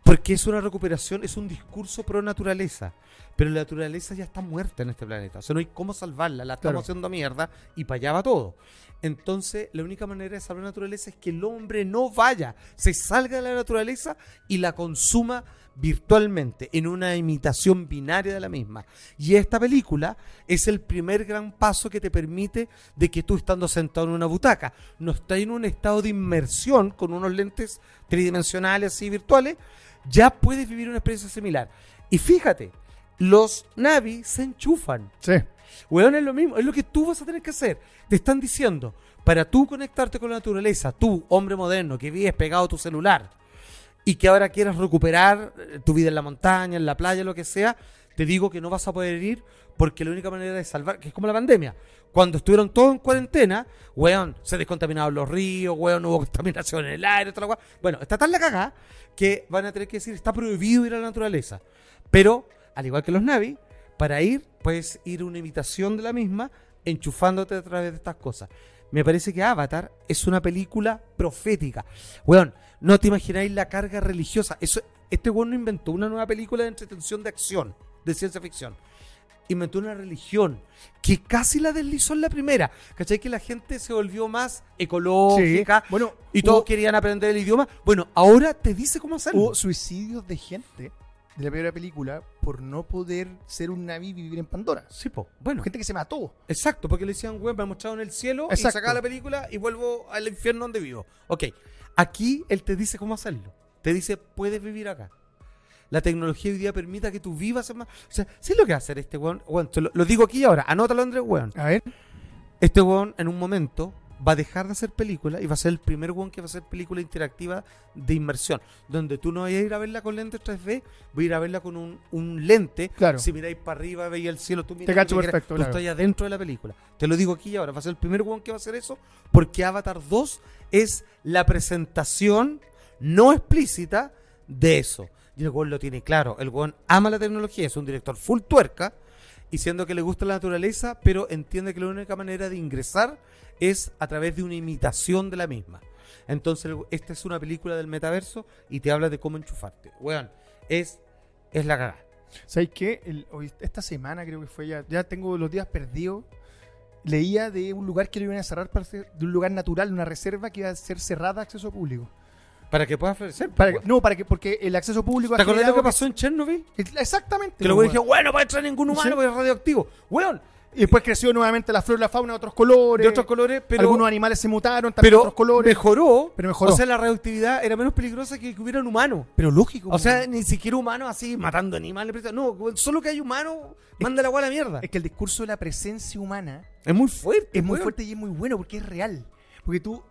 Speaker 2: porque es una recuperación, es un discurso pro naturaleza. Pero la naturaleza ya está muerta en este planeta. O sea, no hay cómo salvarla, la estamos
Speaker 1: Claro.
Speaker 2: haciendo mierda y para allá va todo. Entonces, la única manera de salvar la naturaleza es que el hombre no vaya, se salga de la naturaleza y la consuma virtualmente, en una imitación binaria de la misma. Y esta película es el primer gran paso que te permite de que tú estando sentado en una butaca, no estás en un estado de inmersión con unos lentes tridimensionales y virtuales, ya puedes vivir una experiencia similar. Y fíjate, los Navi se enchufan.
Speaker 1: Sí.
Speaker 2: Weón, es lo mismo, es lo que tú vas a tener que hacer. Te están diciendo, para tú conectarte con la naturaleza, tú, hombre moderno, que vives pegado a tu celular y que ahora quieras recuperar eh, tu vida en la montaña, en la playa, lo que sea, te digo que no vas a poder ir porque la única manera de salvar, que es como la pandemia, cuando estuvieron todos en cuarentena, weón, se descontaminaron los ríos, weón, hubo contaminación en el aire, otra cosa. Bueno, está tan la cagada que van a tener que decir, está prohibido ir a la naturaleza. Pero, al igual que los Navi, para ir, puedes ir a una imitación de la misma, enchufándote a través de estas cosas. Me parece que Avatar es una película profética. Weón, no te imagináis la carga religiosa. Eso, este weón no inventó una nueva película de entretención de acción, de ciencia ficción. Inventó una religión que casi la deslizó en la primera. ¿Cachai? Que la gente se volvió más ecológica
Speaker 1: Bueno,
Speaker 2: Oh, y todos
Speaker 1: hubo-
Speaker 2: querían aprender el idioma. Bueno, ahora te dice cómo hacerlo.
Speaker 1: Hubo suicidios de gente de la primera película por no poder ser un naví y vivir en Pandora.
Speaker 2: sí, po. Bueno,
Speaker 1: Gente que se mató.
Speaker 2: Exacto, porque le decían, weón, me han mostrado en el cielo y
Speaker 1: Exacto.
Speaker 2: sacaba la película y vuelvo al infierno donde vivo. Ok, aquí él te dice cómo hacerlo. Te dice, puedes vivir acá. La tecnología hoy día permita que tú vivas en más. O sea, ¿sí lo que va a hacer este weón? Weón, te lo, lo digo aquí y ahora, anótalo Andrés, weón.
Speaker 1: A ver.
Speaker 2: Este weón en un momento va a dejar de hacer película y va a ser el primer weón que va a hacer película interactiva de inmersión. Donde tú no vas a ir a verla con lentes 3D, voy a ir a verla con un, un lente.
Speaker 1: Claro.
Speaker 2: Si miráis para arriba, veis el cielo, tú miras.
Speaker 1: Te cacho
Speaker 2: tú miras,
Speaker 1: perfecto,
Speaker 2: Tú
Speaker 1: claro.
Speaker 2: estás adentro de la película. Te lo digo aquí y ahora. Va a ser el primer weón que va a hacer eso porque Avatar 2 es la presentación no explícita de eso. Y el weón lo tiene claro. El weón ama la tecnología, es un director full tuerca y siendo que le gusta la naturaleza, pero entiende que la única manera de ingresar es a través de una imitación de la misma. Entonces, esta es una película del metaverso y te habla de cómo enchufarte. Weón, es, es la cagada.
Speaker 1: ¿Sabes qué? El- hoy- esta semana creo que fue ya. Ya tengo los días perdidos. Leía de un lugar que lo iban a cerrar, para ser- de un lugar natural, una reserva que iba a ser cerrada a acceso público.
Speaker 2: Para que puedas florecer. pues,
Speaker 1: Para-
Speaker 2: weón.
Speaker 1: no, para que, porque el acceso público.
Speaker 2: ¿Te
Speaker 1: ha
Speaker 2: acordás lo que
Speaker 1: generado-
Speaker 2: pasó en Chernobyl?
Speaker 1: Exactamente.
Speaker 2: Que los
Speaker 1: pues,
Speaker 2: weones dijeron, bueno, no puede entrar ningún
Speaker 1: Sí.
Speaker 2: humano porque pues, es radioactivo. Weón,
Speaker 1: Y después creció nuevamente la flor, la fauna, otros colores.
Speaker 2: de otros colores, pero,
Speaker 1: Algunos animales se mutaron, también
Speaker 2: pero
Speaker 1: otros colores.
Speaker 2: mejoró.
Speaker 1: Pero mejoró.
Speaker 2: O sea, la radioactividad era menos peligrosa que que hubieran humanos.
Speaker 1: Pero lógico. pues,
Speaker 2: O sea, ni siquiera humanos así, matando animales. pero- No, weón, solo que hay humanos, manda la agua a la mierda.
Speaker 1: es que el discurso de la presencia humana
Speaker 2: Es muy fuerte.
Speaker 1: es muy
Speaker 2: weón.
Speaker 1: fuerte y es muy bueno porque es real. Porque tú,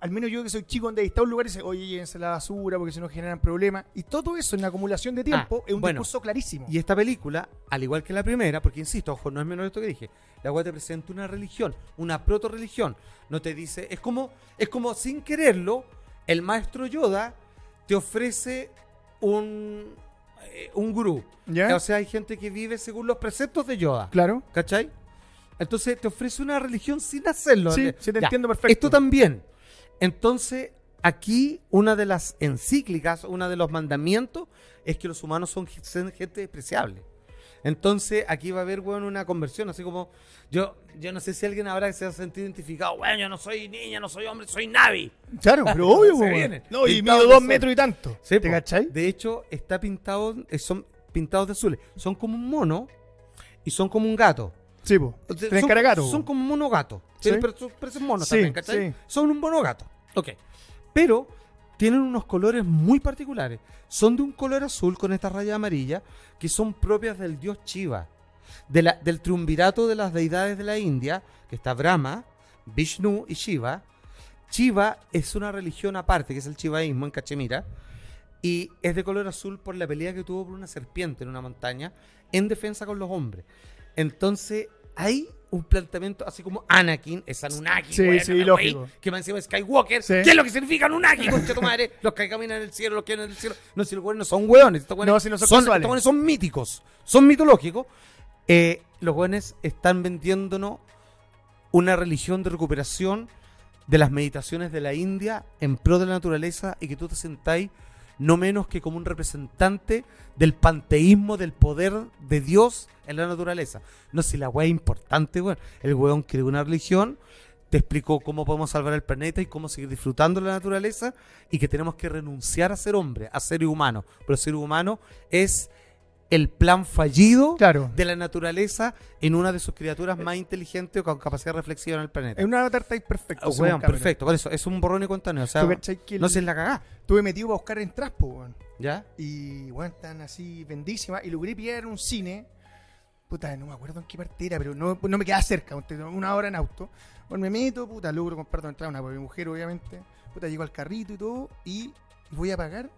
Speaker 1: al menos yo que soy chico, donde está un lugar y dices, oye, llévense la basura porque si no generan problemas. Y todo eso en la acumulación de tiempo
Speaker 2: Ah,
Speaker 1: es un
Speaker 2: bueno.
Speaker 1: discurso clarísimo.
Speaker 2: Y esta película, al igual que la primera, porque insisto, ojo, no es menor esto que dije, la weá te presenta una religión, una proto-religión. No te dice, es como, es como sin quererlo, el maestro Yoda te ofrece un, eh, un gurú.
Speaker 1: ¿Ya?
Speaker 2: O sea, hay gente que vive según los preceptos de Yoda.
Speaker 1: claro.
Speaker 2: ¿Cachai? Entonces te ofrece una religión sin hacerlo.
Speaker 1: Sí,
Speaker 2: Eh,
Speaker 1: sí, te
Speaker 2: ya.
Speaker 1: entiendo perfecto.
Speaker 2: Esto también. Entonces, aquí una de las encíclicas, uno de los mandamientos, es que los humanos son gen- son gente despreciable. Entonces, aquí va a haber, weón, una conversión, así como, yo, yo no sé si alguien ahora se ha sentido identificado, weón, yo no soy niña, no soy hombre, soy navi.
Speaker 1: Claro, pero obvio,
Speaker 2: Ah, Se
Speaker 1: po, weón.
Speaker 2: viene.
Speaker 1: No, y
Speaker 2: Pintado
Speaker 1: mido
Speaker 2: de
Speaker 1: dos
Speaker 2: azul.
Speaker 1: metros y tanto.
Speaker 2: Sí,
Speaker 1: ¿Te
Speaker 2: po.
Speaker 1: cachai?
Speaker 2: De hecho, está pintado, eh, son pintados de azules. Son como un mono y son como un gato.
Speaker 1: Sí, po.
Speaker 2: O sea,
Speaker 1: Tenés
Speaker 2: son,
Speaker 1: cara de gato, po.
Speaker 2: son como un mono gato.
Speaker 1: Sí.
Speaker 2: Pero- Pero son- parecen monos
Speaker 1: Sí,
Speaker 2: también, ¿cachai?
Speaker 1: sí.
Speaker 2: Son un mono gato. Ok. Pero tienen unos colores muy particulares. Son de un color azul con estas rayas amarillas que son propias del dios Shiva. De la- del triunvirato de las deidades de la India, que está Brahma, Vishnu y Shiva. Shiva es una religión aparte, que es el chivaísmo en Cachemira. Y es de color azul por la pelea que tuvo por una serpiente en una montaña en defensa con los hombres. Entonces, hay un planteamiento así como Anakin, es Anunnaki,
Speaker 1: Sí,
Speaker 2: weón,
Speaker 1: sí,
Speaker 2: weón,
Speaker 1: lógico.
Speaker 2: que más encima es Skywalker.
Speaker 1: Sí.
Speaker 2: ¿Qué es lo que significa Anunnaki, concha tu madre? Los que caminan en el cielo, los que andan en el cielo. No, si los weones no son weones. Estos weones
Speaker 1: No, si no son casuales.
Speaker 2: estos weones son míticos, son mitológicos. Eh, los weones están vendiéndonos una religión de recuperación de las meditaciones de la India en pro de la naturaleza y que tú te sentáis no menos que como un representante del panteísmo del poder de Dios en la naturaleza. No, si la weá es importante, weón. El weón creó una religión, te explicó cómo podemos salvar el planeta y cómo seguir disfrutando de la naturaleza y que tenemos que renunciar a ser hombre, a ser humano. Pero ser humano es el plan fallido
Speaker 1: Claro.
Speaker 2: de la naturaleza en una de sus criaturas más inteligentes o con capacidad reflexiva en el planeta.
Speaker 1: En un avatar estáis perfecto.
Speaker 2: Ah,
Speaker 1: según
Speaker 2: weón,
Speaker 1: Cameron.
Speaker 2: perfecto, por eso es un borrón y cuenta nueva, O sea,
Speaker 1: ¿Tú cachai que el-
Speaker 2: no se la cagá.
Speaker 1: Estuve metido para buscar entradas, po, weón.
Speaker 2: ¿Ya?
Speaker 1: Y, weón, están así vendísimas. Y logré pillar en un cine. Puta, no me acuerdo en qué parte era, pero no, no me quedaba cerca. Una hora en auto. Bueno, me meto, puta, logro comprar dos entradas, una para mi mujer, obviamente. Puta, llego al carrito y todo. Y voy a pagar.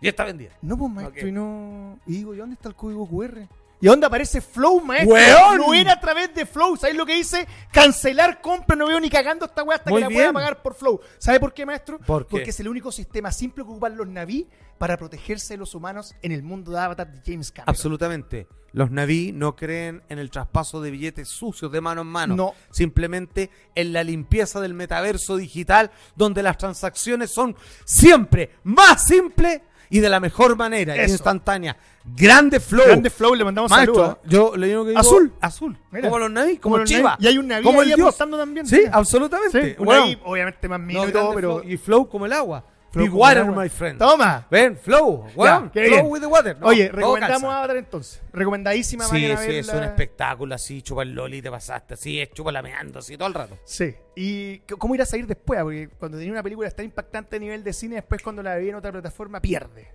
Speaker 2: Y está vendida.
Speaker 1: No, pues, maestro,
Speaker 2: Ok.
Speaker 1: y no... Y digo, ¿y dónde está el código QR? ¿Y dónde aparece Flow, maestro?
Speaker 2: ¡Weón!
Speaker 1: No era a través de Flow. ¿Sabes lo que dice? Cancelar compra. No veo ni cagando esta weá hasta
Speaker 2: Muy
Speaker 1: que la
Speaker 2: bien.
Speaker 1: pueda pagar por Flow. ¿Sabe por qué, maestro?
Speaker 2: ¿Por qué?
Speaker 1: Porque es el único sistema simple que ocupan los naví para protegerse de los humanos en el mundo de Avatar de James Cameron.
Speaker 2: Absolutamente. Los naví no creen en el traspaso de billetes sucios de mano en mano.
Speaker 1: No.
Speaker 2: Simplemente en la limpieza del metaverso digital donde las transacciones son siempre más simples y de la mejor manera,
Speaker 1: Eso.
Speaker 2: instantánea. Grande flow.
Speaker 1: Grande Flow, le mandamos
Speaker 2: Maestro,
Speaker 1: saludos. ¿eh?
Speaker 2: yo le digo que digo-
Speaker 1: Azul.
Speaker 2: Azul.
Speaker 1: Mira.
Speaker 2: Como los naví, como,
Speaker 1: Como los naví.
Speaker 2: Chiva.
Speaker 1: Y hay un naví
Speaker 2: como
Speaker 1: ahí
Speaker 2: el dios.
Speaker 1: apostando también.
Speaker 2: Sí,
Speaker 1: Mira.
Speaker 2: absolutamente.
Speaker 1: Sí, un
Speaker 2: Weón.
Speaker 1: naví, obviamente más
Speaker 2: No,
Speaker 1: mío y
Speaker 2: grande
Speaker 1: todo, pero...
Speaker 2: flow. Y flow como el agua.
Speaker 1: Flow
Speaker 2: Be
Speaker 1: como
Speaker 2: water,
Speaker 1: el agua.
Speaker 2: my friend.
Speaker 1: Toma.
Speaker 2: Ven, flow. weón.
Speaker 1: Ya, qué
Speaker 2: flow
Speaker 1: bien.
Speaker 2: with the water. No,
Speaker 1: Oye,
Speaker 2: todo
Speaker 1: recomendamos
Speaker 2: calza.
Speaker 1: Avatar entonces. Recomendadísima
Speaker 2: Sí, sí,
Speaker 1: vayan a
Speaker 2: es un
Speaker 1: verla.
Speaker 2: espectáculo así, chupa el loli, te pasaste así, es chupa lameando así todo el rato.
Speaker 1: Sí. ¿Y c- cómo ir a salir después? Ah, Porque cuando tenía una película tan impactante a nivel de cine, después cuando la veía en otra plataforma, pierde.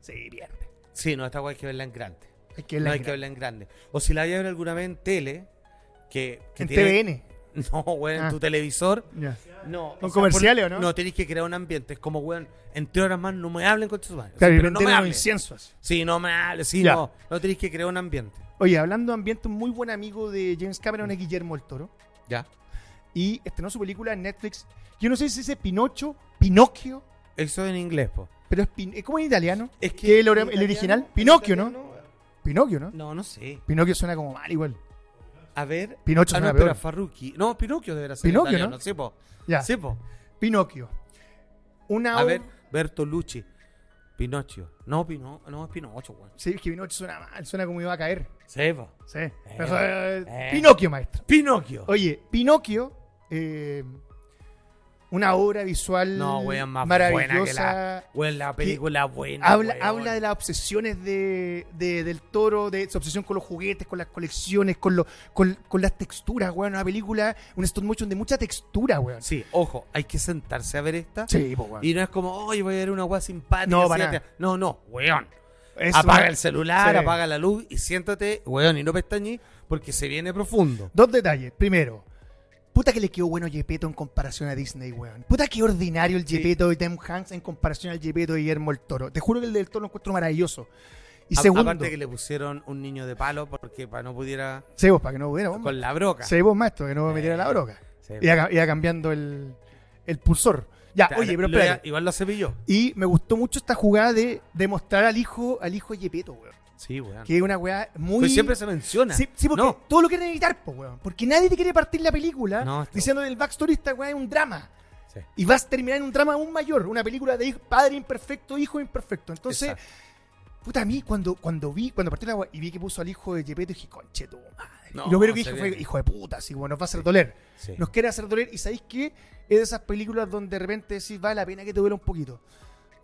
Speaker 1: Sí, pierde.
Speaker 2: Sí, no, esta guay hay que verla en grande.
Speaker 1: Hay que
Speaker 2: no
Speaker 1: verla
Speaker 2: hay
Speaker 1: en
Speaker 2: que
Speaker 1: gran-
Speaker 2: verla en grande. O si la hay a ver alguna vez en tele, que, que
Speaker 1: en
Speaker 2: tiene-
Speaker 1: TVN.
Speaker 2: No, güey, en
Speaker 1: Ah.
Speaker 2: tu televisor.
Speaker 1: Ya.
Speaker 2: No.
Speaker 1: ¿Con
Speaker 2: o sea,
Speaker 1: comerciales
Speaker 2: por-
Speaker 1: o no?
Speaker 2: No, tenés que crear un ambiente. Es como, güey, en tres horas más no me hablen con tus manos.
Speaker 1: Claro, y
Speaker 2: pero no
Speaker 1: vender
Speaker 2: me
Speaker 1: unos
Speaker 2: hablen.
Speaker 1: inciensos.
Speaker 2: Sí, no me hables, sí,
Speaker 1: Ya.
Speaker 2: no. No tenés que crear un ambiente.
Speaker 1: Oye, hablando de ambiente, un muy buen amigo de James Cameron
Speaker 2: Mm.
Speaker 1: es Guillermo el Toro.
Speaker 2: Ya.
Speaker 1: Y estrenó su película en Netflix. Yo no sé si dice Pinocho, Pinocchio,
Speaker 2: Eso en inglés, po.
Speaker 1: pero es pin... ¿cómo en italiano?
Speaker 2: Es
Speaker 1: que el ori- el original, Pinocchio, ¿no? Pinocchio, ¿no?
Speaker 2: No, no sé.
Speaker 1: Pinocchio suena como mal igual.
Speaker 2: A ver.
Speaker 1: Pinocho
Speaker 2: ah, no,
Speaker 1: suena
Speaker 2: espera,
Speaker 1: peor.
Speaker 2: Farruki. No, Pinocchio deberá ser.
Speaker 1: Pinocchio,
Speaker 2: italiano,
Speaker 1: ¿no?
Speaker 2: Sí, po.
Speaker 1: Ya.
Speaker 2: Sí, po.
Speaker 1: Pinocchio. Una
Speaker 2: A
Speaker 1: ob-
Speaker 2: ver, Bertolucci. Pinocchio. No, Pino, no es Pinocho, güey.
Speaker 1: Sí, es que Pinocchio suena mal, suena como iba a caer.
Speaker 2: Sí, po.
Speaker 1: Sí.
Speaker 2: Pero, eh.
Speaker 1: Pinocchio, maestro.
Speaker 2: Pinocchio.
Speaker 1: Oye, Pinocchio, eh, una obra visual
Speaker 2: no, weón, más buena que la.
Speaker 1: maravillosa.
Speaker 2: Weón, la película buena.
Speaker 1: Habla,
Speaker 2: weón.
Speaker 1: habla de las obsesiones de, de- del toro, de su obsesión con los juguetes, con las colecciones, con, lo, con, con las texturas, weón. Una película, un stop motion de mucha textura, weón.
Speaker 2: Sí, ojo, hay que sentarse a ver esta.
Speaker 1: Sí, po, weón.
Speaker 2: Y no es como, oye, voy a ver una weá simpática.
Speaker 1: No, para
Speaker 2: siéntate".
Speaker 1: nada.
Speaker 2: no, no, weón.
Speaker 1: Es
Speaker 2: apaga
Speaker 1: una-
Speaker 2: el celular,
Speaker 1: Sí.
Speaker 2: apaga la luz y siéntate, weón, y no pestañí porque se viene profundo.
Speaker 1: Dos detalles. Primero, puta que le quedó bueno Gepetto en comparación a Disney, weón. Puta que ordinario el Gepetto de Tim Hanks en comparación al Gepetto de Guillermo el Toro. Te juro que el del Toro lo encuentro maravilloso. Y
Speaker 2: A-
Speaker 1: segundo,
Speaker 2: Aparte que le pusieron un niño de palo porque para no pudiera
Speaker 1: se vos, para que no hubiera bomba.
Speaker 2: con la Eh, broca.
Speaker 1: Se vos, maestro, que no me metiera la broca.
Speaker 2: Sí.
Speaker 1: Iba, ca- iba cambiando el, el pulsor. Ya,
Speaker 2: Claro,
Speaker 1: oye, pero
Speaker 2: lo-
Speaker 1: espérate.
Speaker 2: Igual lo cepilló.
Speaker 1: Y me gustó mucho esta jugada de demostrar al hijo, al hijo de Gepetto, weón.
Speaker 2: Sí, weón.
Speaker 1: Que es una weá muy.
Speaker 2: Ah. Pues siempre se menciona.
Speaker 1: Sí, sí, porque
Speaker 2: No.
Speaker 1: todo lo quieren evitar, po, weón. Porque nadie te quiere partir la película
Speaker 2: No, está-
Speaker 1: diciendo que el backstory esta weá es un drama.
Speaker 2: Sí.
Speaker 1: Y vas a terminar en un drama aún mayor, una película de hij- padre imperfecto, hijo imperfecto. Entonces,
Speaker 2: Exacto.
Speaker 1: puta, a mí cuando, cuando vi, cuando partí la weá y vi que puso al hijo de Gepetto, dije, conche tu madre.
Speaker 2: No,
Speaker 1: y lo primero que
Speaker 2: se
Speaker 1: dije fue,
Speaker 2: viene.
Speaker 1: hijo de puta, así como nos va a hacer doler.
Speaker 2: Sí.
Speaker 1: Nos quiere hacer doler. Y sabéis qué? Es de esas películas donde de repente decís, vale la pena que te duela un poquito.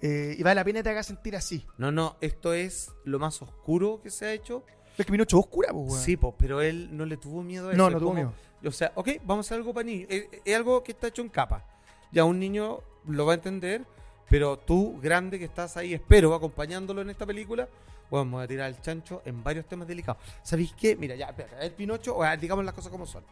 Speaker 1: Eh, y vale la pena que te haga sentir así.
Speaker 2: No, no, esto es lo más oscuro que se ha hecho.
Speaker 1: Es que Pinocho es oscura, pues, weón.
Speaker 2: Sí, po, pero él no le tuvo miedo a eso.
Speaker 1: no,
Speaker 2: es
Speaker 1: no tuvo
Speaker 2: como-
Speaker 1: miedo.
Speaker 2: O sea, ok, vamos a hacer algo para niños. Es, es algo que está hecho en capa. Ya un niño lo va a entender, pero tú, grande que estás ahí, espero, acompañándolo en esta película, bueno, vamos a tirar al chancho en varios temas delicados. ¿Sabéis qué? Mira, ya, espera, el Pinocho, o, ah, digamos las cosas como son.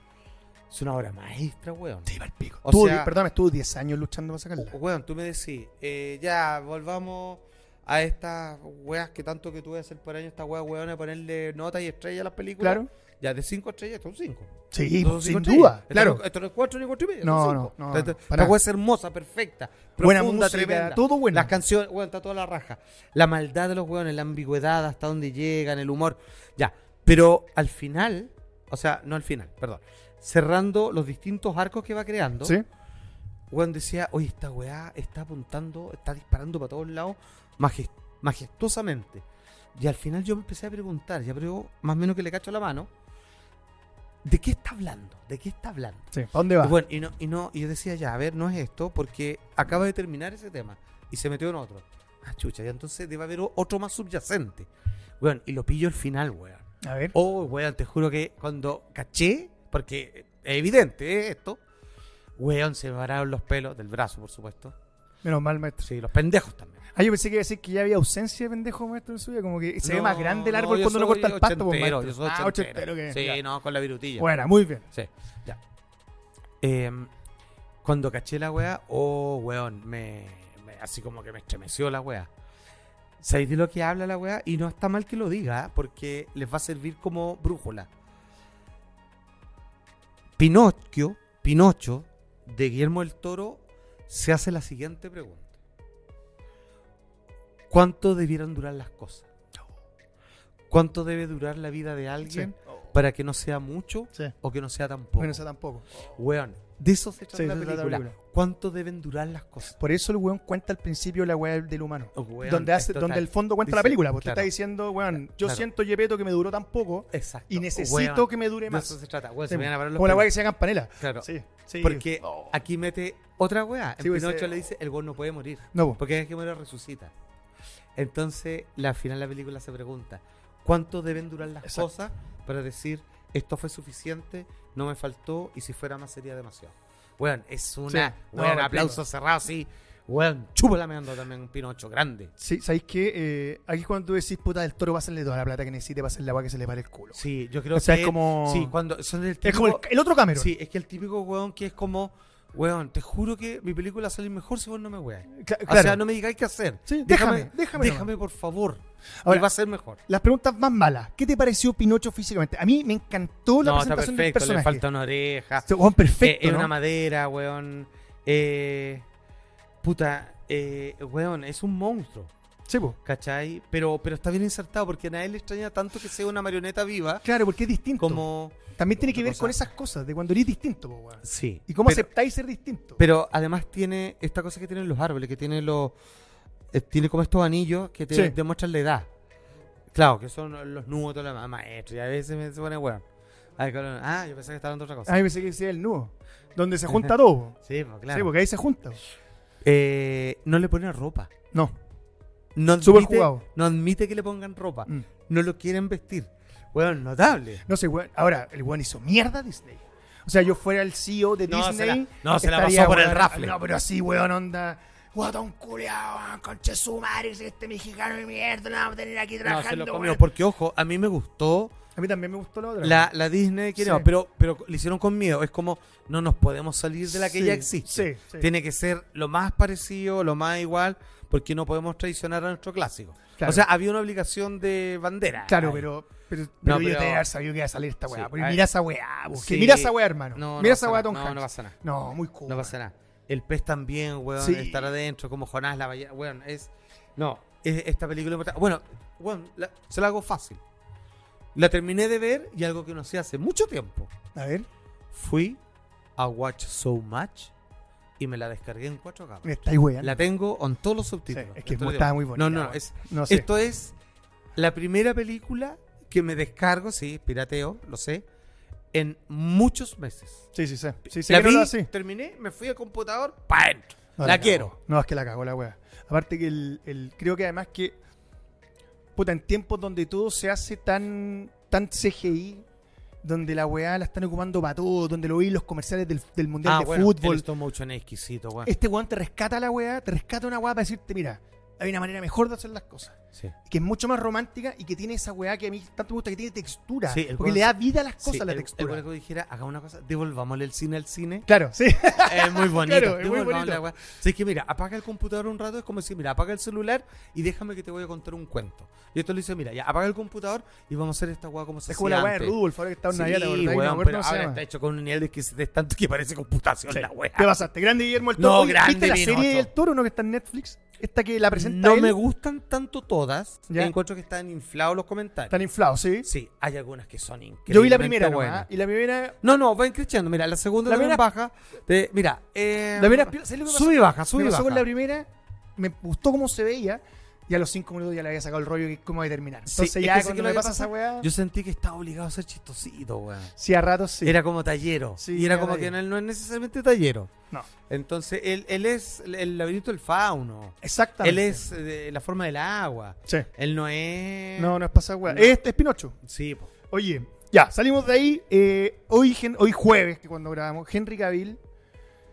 Speaker 2: Es una obra maestra, weón.
Speaker 1: Te iba al pico.
Speaker 2: O
Speaker 1: Estuvo
Speaker 2: sea-
Speaker 1: die- perdóname, estuvo 10 años luchando para sacarla.
Speaker 2: Weón, tú me decís, eh, ya, volvamos a estas weas que tanto que tú vas a hacer por año, estas weas, weón, a ponerle notas y estrellas a las películas.
Speaker 1: Claro.
Speaker 2: Ya, de cinco estrellas, son cinco.
Speaker 1: Sí,
Speaker 2: Son cinco
Speaker 1: sin
Speaker 2: estrellas.
Speaker 1: duda.
Speaker 2: Esto
Speaker 1: Claro.
Speaker 2: no- Esto no es cuatro ni cuatro y media.
Speaker 1: No,
Speaker 2: son
Speaker 1: no,
Speaker 2: cinco.
Speaker 1: no,
Speaker 2: Esta- esta-
Speaker 1: no, para
Speaker 2: Esta
Speaker 1: nada.
Speaker 2: wea es hermosa, perfecta.
Speaker 1: Buena
Speaker 2: profunda,
Speaker 1: música,
Speaker 2: tremenda.
Speaker 1: todo bueno.
Speaker 2: Las canciones, weón, está toda la raja. La maldad de los weones, la ambigüedad, hasta dónde llegan, el humor. Ya. Pero al final, o sea, no al final, perdón. Cerrando los distintos arcos que va creando.
Speaker 1: Sí.
Speaker 2: Weón decía, oye, esta weá está apuntando, está disparando para todos lados majes- majestuosamente. Y al final yo me empecé a preguntar, ya creo más o menos que le cacho la mano, ¿de qué está hablando? ¿De qué está hablando?
Speaker 1: Sí. ¿Para dónde va?
Speaker 2: Y bueno, y no, y no, y yo decía, ya, a ver, no es esto, porque acaba de terminar ese tema y se metió en otro. Ah, chucha, ya entonces debe haber o- otro más subyacente. Weón, y lo pillo al final, weón.
Speaker 1: A ver.
Speaker 2: Oh, weón, te juro que cuando caché, porque es evidente ¿eh? esto, weón, se me pararon los pelos del brazo, por supuesto.
Speaker 1: Menos mal, maestro.
Speaker 2: Sí, los pendejos también.
Speaker 1: Ah, yo pensé que iba a decir que ya había ausencia de pendejo, maestro, en su vida. Como que se ve
Speaker 2: No,
Speaker 1: más grande el
Speaker 2: no,
Speaker 1: árbol
Speaker 2: yo
Speaker 1: cuando uno
Speaker 2: soy
Speaker 1: corta el pasto, pues,
Speaker 2: ochentero,
Speaker 1: maestro.
Speaker 2: yo soy
Speaker 1: Ah,
Speaker 2: ochentero.
Speaker 1: ochentero, que.
Speaker 2: Sí,
Speaker 1: ya.
Speaker 2: no, con la virutilla.
Speaker 1: Buena, muy bien.
Speaker 2: Sí, ya. Em, cuando caché la weá, oh, weón, me, me- así como que me estremeció la weá. ¿Sabéis de lo que habla la weá? Y no está mal que lo diga, ¿eh? porque les va a servir como brújula. Pinocchio, Pinocho, de Guillermo del Toro, se hace la siguiente pregunta. ¿Cuánto debieran durar las cosas? ¿Cuánto debe durar la vida de alguien para que no sea mucho
Speaker 1: Sí.
Speaker 2: o que no sea tan poco.
Speaker 1: Bueno, esa tampoco.
Speaker 2: Weón, de eso se trata
Speaker 1: Sí,
Speaker 2: la
Speaker 1: se trata la
Speaker 2: película.
Speaker 1: película.
Speaker 2: ¿Cuánto deben durar las cosas?
Speaker 1: Por eso el weón cuenta al principio la weá del humano.
Speaker 2: Oh, weón,
Speaker 1: donde hace,
Speaker 2: es total.
Speaker 1: donde el fondo cuenta la
Speaker 2: Dice,
Speaker 1: película. Porque
Speaker 2: claro.
Speaker 1: te está diciendo, weón, yo
Speaker 2: Claro.
Speaker 1: siento, Yepeto, que me duró tan poco
Speaker 2: Exacto.
Speaker 1: y necesito
Speaker 2: Weón,
Speaker 1: que me dure
Speaker 2: De eso
Speaker 1: más.
Speaker 2: se trata. Weón,
Speaker 1: Sí,
Speaker 2: se me van a parar los
Speaker 1: Como la weá
Speaker 2: pelos.
Speaker 1: que se haga campanela.
Speaker 2: Claro.
Speaker 1: Sí, sí.
Speaker 2: Porque
Speaker 1: Oh.
Speaker 2: aquí mete otra weá. En
Speaker 1: Sí, pues,
Speaker 2: Pinocho
Speaker 1: eh,
Speaker 2: le dice, el weón no puede morir.
Speaker 1: No, po.
Speaker 2: Porque es que muere resucita. Entonces, la- al final de la película se pregunta, ¿cuánto deben durar las
Speaker 1: Exacto.
Speaker 2: cosas para decir, esto fue suficiente, no me faltó, y si fuera más sería demasiado? Weón, es una...
Speaker 1: Sí. No,
Speaker 2: Weón,
Speaker 1: me
Speaker 2: aplauso cerrado, sí. Weón, chúpala meando también Pinocho, grande.
Speaker 1: Sí, ¿sabéis qué? Eh, aquí cuando tú decís, puta, el toro va a hacerle toda la plata que necesite para hacerle la weá que se le pare el culo.
Speaker 2: Sí, yo creo
Speaker 1: o sea,
Speaker 2: que...
Speaker 1: es como...
Speaker 2: Sí, cuando son del
Speaker 1: es como el, el otro Cameron.
Speaker 2: Sí, es que el típico weón que es como... Weón, te juro que mi película sale mejor si vos no me weas.
Speaker 1: Cla-
Speaker 2: O sea,
Speaker 1: claro.
Speaker 2: no me digáis qué hacer.
Speaker 1: Sí, déjame, déjame
Speaker 2: por favor.
Speaker 1: Ahora-
Speaker 2: y va a ser mejor.
Speaker 1: Las preguntas más malas. ¿Qué te pareció Pinocho físicamente? A mí me encantó la
Speaker 2: no, está
Speaker 1: presentación
Speaker 2: perfecto,
Speaker 1: del
Speaker 2: le
Speaker 1: personaje.
Speaker 2: falta una oreja.
Speaker 1: Este weón perfecto,
Speaker 2: Eh, es
Speaker 1: ¿no?
Speaker 2: una madera, weón. Eh, puta, eh, weón, es un monstruo,
Speaker 1: Sí, po.
Speaker 2: ¿cachai? Pero, pero está bien insertado porque a nadie le extraña tanto que sea una marioneta viva
Speaker 1: Claro, porque es distinto.
Speaker 2: como...
Speaker 1: También tiene que
Speaker 2: otra
Speaker 1: ver con
Speaker 2: cosa.
Speaker 1: esas cosas, de cuando eres distinto, po, weón.
Speaker 2: Sí.
Speaker 1: Y cómo
Speaker 2: pero,
Speaker 1: aceptáis ser distinto.
Speaker 2: pero además tiene esta cosa que tienen los árboles, que tiene los... eh, tiene como estos anillos que te
Speaker 1: Sí.
Speaker 2: demuestran la edad. Claro, que son los nudos, toda la maestra. Y a veces me se pone weón. Ay, cabrón. Ah, yo pensé que estaba hablando de otra cosa.
Speaker 1: A mí me pensé que decía el nudo. Donde se junta todo. po.
Speaker 2: Sí, pues, claro.
Speaker 1: Sí, porque ahí se junta. po.
Speaker 2: Eh, no le ponen ropa.
Speaker 1: No.
Speaker 2: No admite,
Speaker 1: Súper jugado.
Speaker 2: No admite que le pongan ropa.
Speaker 1: Mm.
Speaker 2: No lo quieren vestir. Weón, notable.
Speaker 1: No sé, weón. Ahora, el weón hizo mierda a Disney. O sea, yo fuera el CEO de
Speaker 2: No, se la-
Speaker 1: Disney.
Speaker 2: no, se la
Speaker 1: estaría,
Speaker 2: pasó por el
Speaker 1: weón,
Speaker 2: rafle.
Speaker 1: No, pero así, weón, onda. Guatón culiao, weón, conche su madre, si este mexicano de mierda, no vamos a tener aquí
Speaker 2: No,
Speaker 1: trabajando.
Speaker 2: se lo
Speaker 1: weón.
Speaker 2: comió. Porque, ojo, a mí me gustó
Speaker 1: A mí también me gustó la otra.
Speaker 2: la, la Disney que
Speaker 1: Sí.
Speaker 2: no, pero, pero le hicieron con miedo. Es como, no nos podemos salir de la que
Speaker 1: Sí,
Speaker 2: ya existe.
Speaker 1: sí, sí.
Speaker 2: Tiene que ser lo más parecido, lo más igual, porque no podemos traicionar a nuestro clásico.
Speaker 1: Claro.
Speaker 2: O sea, había una obligación de bandera.
Speaker 1: Claro,
Speaker 2: Ay.
Speaker 1: pero. Pero, pero
Speaker 2: No,
Speaker 1: yo tenía
Speaker 2: pero-
Speaker 1: que haber sabido que iba a salir esta weá.
Speaker 2: Sí,
Speaker 1: porque
Speaker 2: a ver.
Speaker 1: mira esa weá, vos, que
Speaker 2: Sí.
Speaker 1: Mira esa weá, hermano.
Speaker 2: No, no
Speaker 1: mira
Speaker 2: pasa
Speaker 1: esa weá,
Speaker 2: nada.
Speaker 1: Tom
Speaker 2: No,
Speaker 1: Hanks.
Speaker 2: no pasa nada.
Speaker 1: No, muy cool.
Speaker 2: No pasa nada. El pez también, weón,
Speaker 1: Sí.
Speaker 2: estar adentro, como Jonás la Ballena, weón, es... No, es- esta película... Bueno, bueno, la- se la hago fácil. La terminé de ver y algo que no hacía hace mucho tiempo.
Speaker 1: A ver,
Speaker 2: Fui a Watch So Much y me la descargué en 4K.
Speaker 1: me estáis weando.
Speaker 2: La tengo en todos los
Speaker 1: Sí,
Speaker 2: subtítulos.
Speaker 1: es que es
Speaker 2: Estoy
Speaker 1: muy-
Speaker 2: de-
Speaker 1: estaba muy bonita.
Speaker 2: No, no,
Speaker 1: weón.
Speaker 2: es,
Speaker 1: no sé.
Speaker 2: esto es la primera película que me descargo, sí, pirateo, lo sé, en muchos meses.
Speaker 1: Sí, sí, sí. sí, sí
Speaker 2: la
Speaker 1: que no
Speaker 2: vi,
Speaker 1: lo hace.
Speaker 2: terminé, me fui al computador, ¡pa' dentro.
Speaker 1: No,
Speaker 2: la
Speaker 1: cagó.
Speaker 2: quiero.
Speaker 1: No, es que la cagó la wea. Aparte que el, el- creo que además que puta en tiempos donde todo se hace tan tan CGI, donde la weá la están ocupando para todo, donde lo vi en los comerciales del, del mundial de
Speaker 2: Ah, bueno,
Speaker 1: fútbol.
Speaker 2: el stop motion es exquisito, weón.
Speaker 1: Este weón te rescata la weá, te rescata una weá para decirte, mira, hay una manera mejor de hacer las cosas.
Speaker 2: Sí.
Speaker 1: Que es mucho más romántica y que tiene esa weá que a mí tanto me gusta, que tiene textura.
Speaker 2: Sí, el
Speaker 1: porque
Speaker 2: weón-
Speaker 1: le da vida a las cosas
Speaker 2: Sí,
Speaker 1: la
Speaker 2: el- El,
Speaker 1: textura.
Speaker 2: hueco dijera, haga una cosa, devolvámosle el cine al cine.
Speaker 1: claro, sí.
Speaker 2: Es muy bonito.
Speaker 1: Claro, es muy
Speaker 2: devolvámosle
Speaker 1: bonito.
Speaker 2: la weá. Sí, es que mira, apaga el computador un rato, es como decir, mira, apaga el celular y déjame que te voy a contar un cuento. Y esto le dice, mira, ya apaga el computador y vamos a hacer esta weá como se
Speaker 1: es como
Speaker 2: hacía
Speaker 1: la weá de
Speaker 2: antes.
Speaker 1: Rudolf, ahora que está en
Speaker 2: Sí,
Speaker 1: Navidad, la verdad, y no me
Speaker 2: weón,
Speaker 1: acuerdo
Speaker 2: pero
Speaker 1: cómo se
Speaker 2: ahora
Speaker 1: llama.
Speaker 2: está hecho con un nivel de que se te- tanto que parece computación
Speaker 1: Sí.
Speaker 2: la weá.
Speaker 1: Te pasaste. Grande Guillermo el
Speaker 2: No,
Speaker 1: Toro. Oye,
Speaker 2: grande
Speaker 1: ¿Viste la
Speaker 2: Pinocho.
Speaker 1: serie del Toro, no? Que está en Netflix. Esta que la presenta
Speaker 2: No
Speaker 1: él.
Speaker 2: me gustan tanto todas.
Speaker 1: Ya.
Speaker 2: Encuentro que están inflados los comentarios.
Speaker 1: Están inflados, ¿sí?
Speaker 2: Sí, hay algunas que son increíbles.
Speaker 1: Yo vi la primera, nomás, Y la primera...
Speaker 2: No, no, va creciendo. Mira, la segunda
Speaker 1: La
Speaker 2: también
Speaker 1: primera-
Speaker 2: baja. Te- mira, eh,
Speaker 1: La primera- ¿sabes lo que me pasó?
Speaker 2: sube y baja, sube
Speaker 1: me
Speaker 2: y
Speaker 1: pasó
Speaker 2: baja.
Speaker 1: con la primera, me gustó cómo se veía, y a los cinco minutos ya le había sacado el rollo de cómo de terminar.
Speaker 2: Sí,
Speaker 1: Entonces
Speaker 2: es
Speaker 1: ya
Speaker 2: que sé
Speaker 1: cuando
Speaker 2: que lo
Speaker 1: me
Speaker 2: que
Speaker 1: pasa
Speaker 2: pasa-
Speaker 1: esa weá...
Speaker 2: Yo sentí que estaba obligado a ser chistosito, weón.
Speaker 1: Sí, a ratos sí.
Speaker 2: Era como tallero.
Speaker 1: Sí,
Speaker 2: y era
Speaker 1: era
Speaker 2: como que
Speaker 1: tallero.
Speaker 2: no, no es necesariamente tallero.
Speaker 1: No.
Speaker 2: Entonces, él, él es el laberinto del fauno. Él
Speaker 1: Exactamente.
Speaker 2: es eh, la forma del agua.
Speaker 1: Sí.
Speaker 2: Él no es.
Speaker 1: No, no es pasa weá.
Speaker 2: No.
Speaker 1: Este es Pinocho.
Speaker 2: Sí, po.
Speaker 1: Oye, ya, salimos de ahí. eh, hoy, gen- hoy jueves, que cuando grabamos, Henry Cavill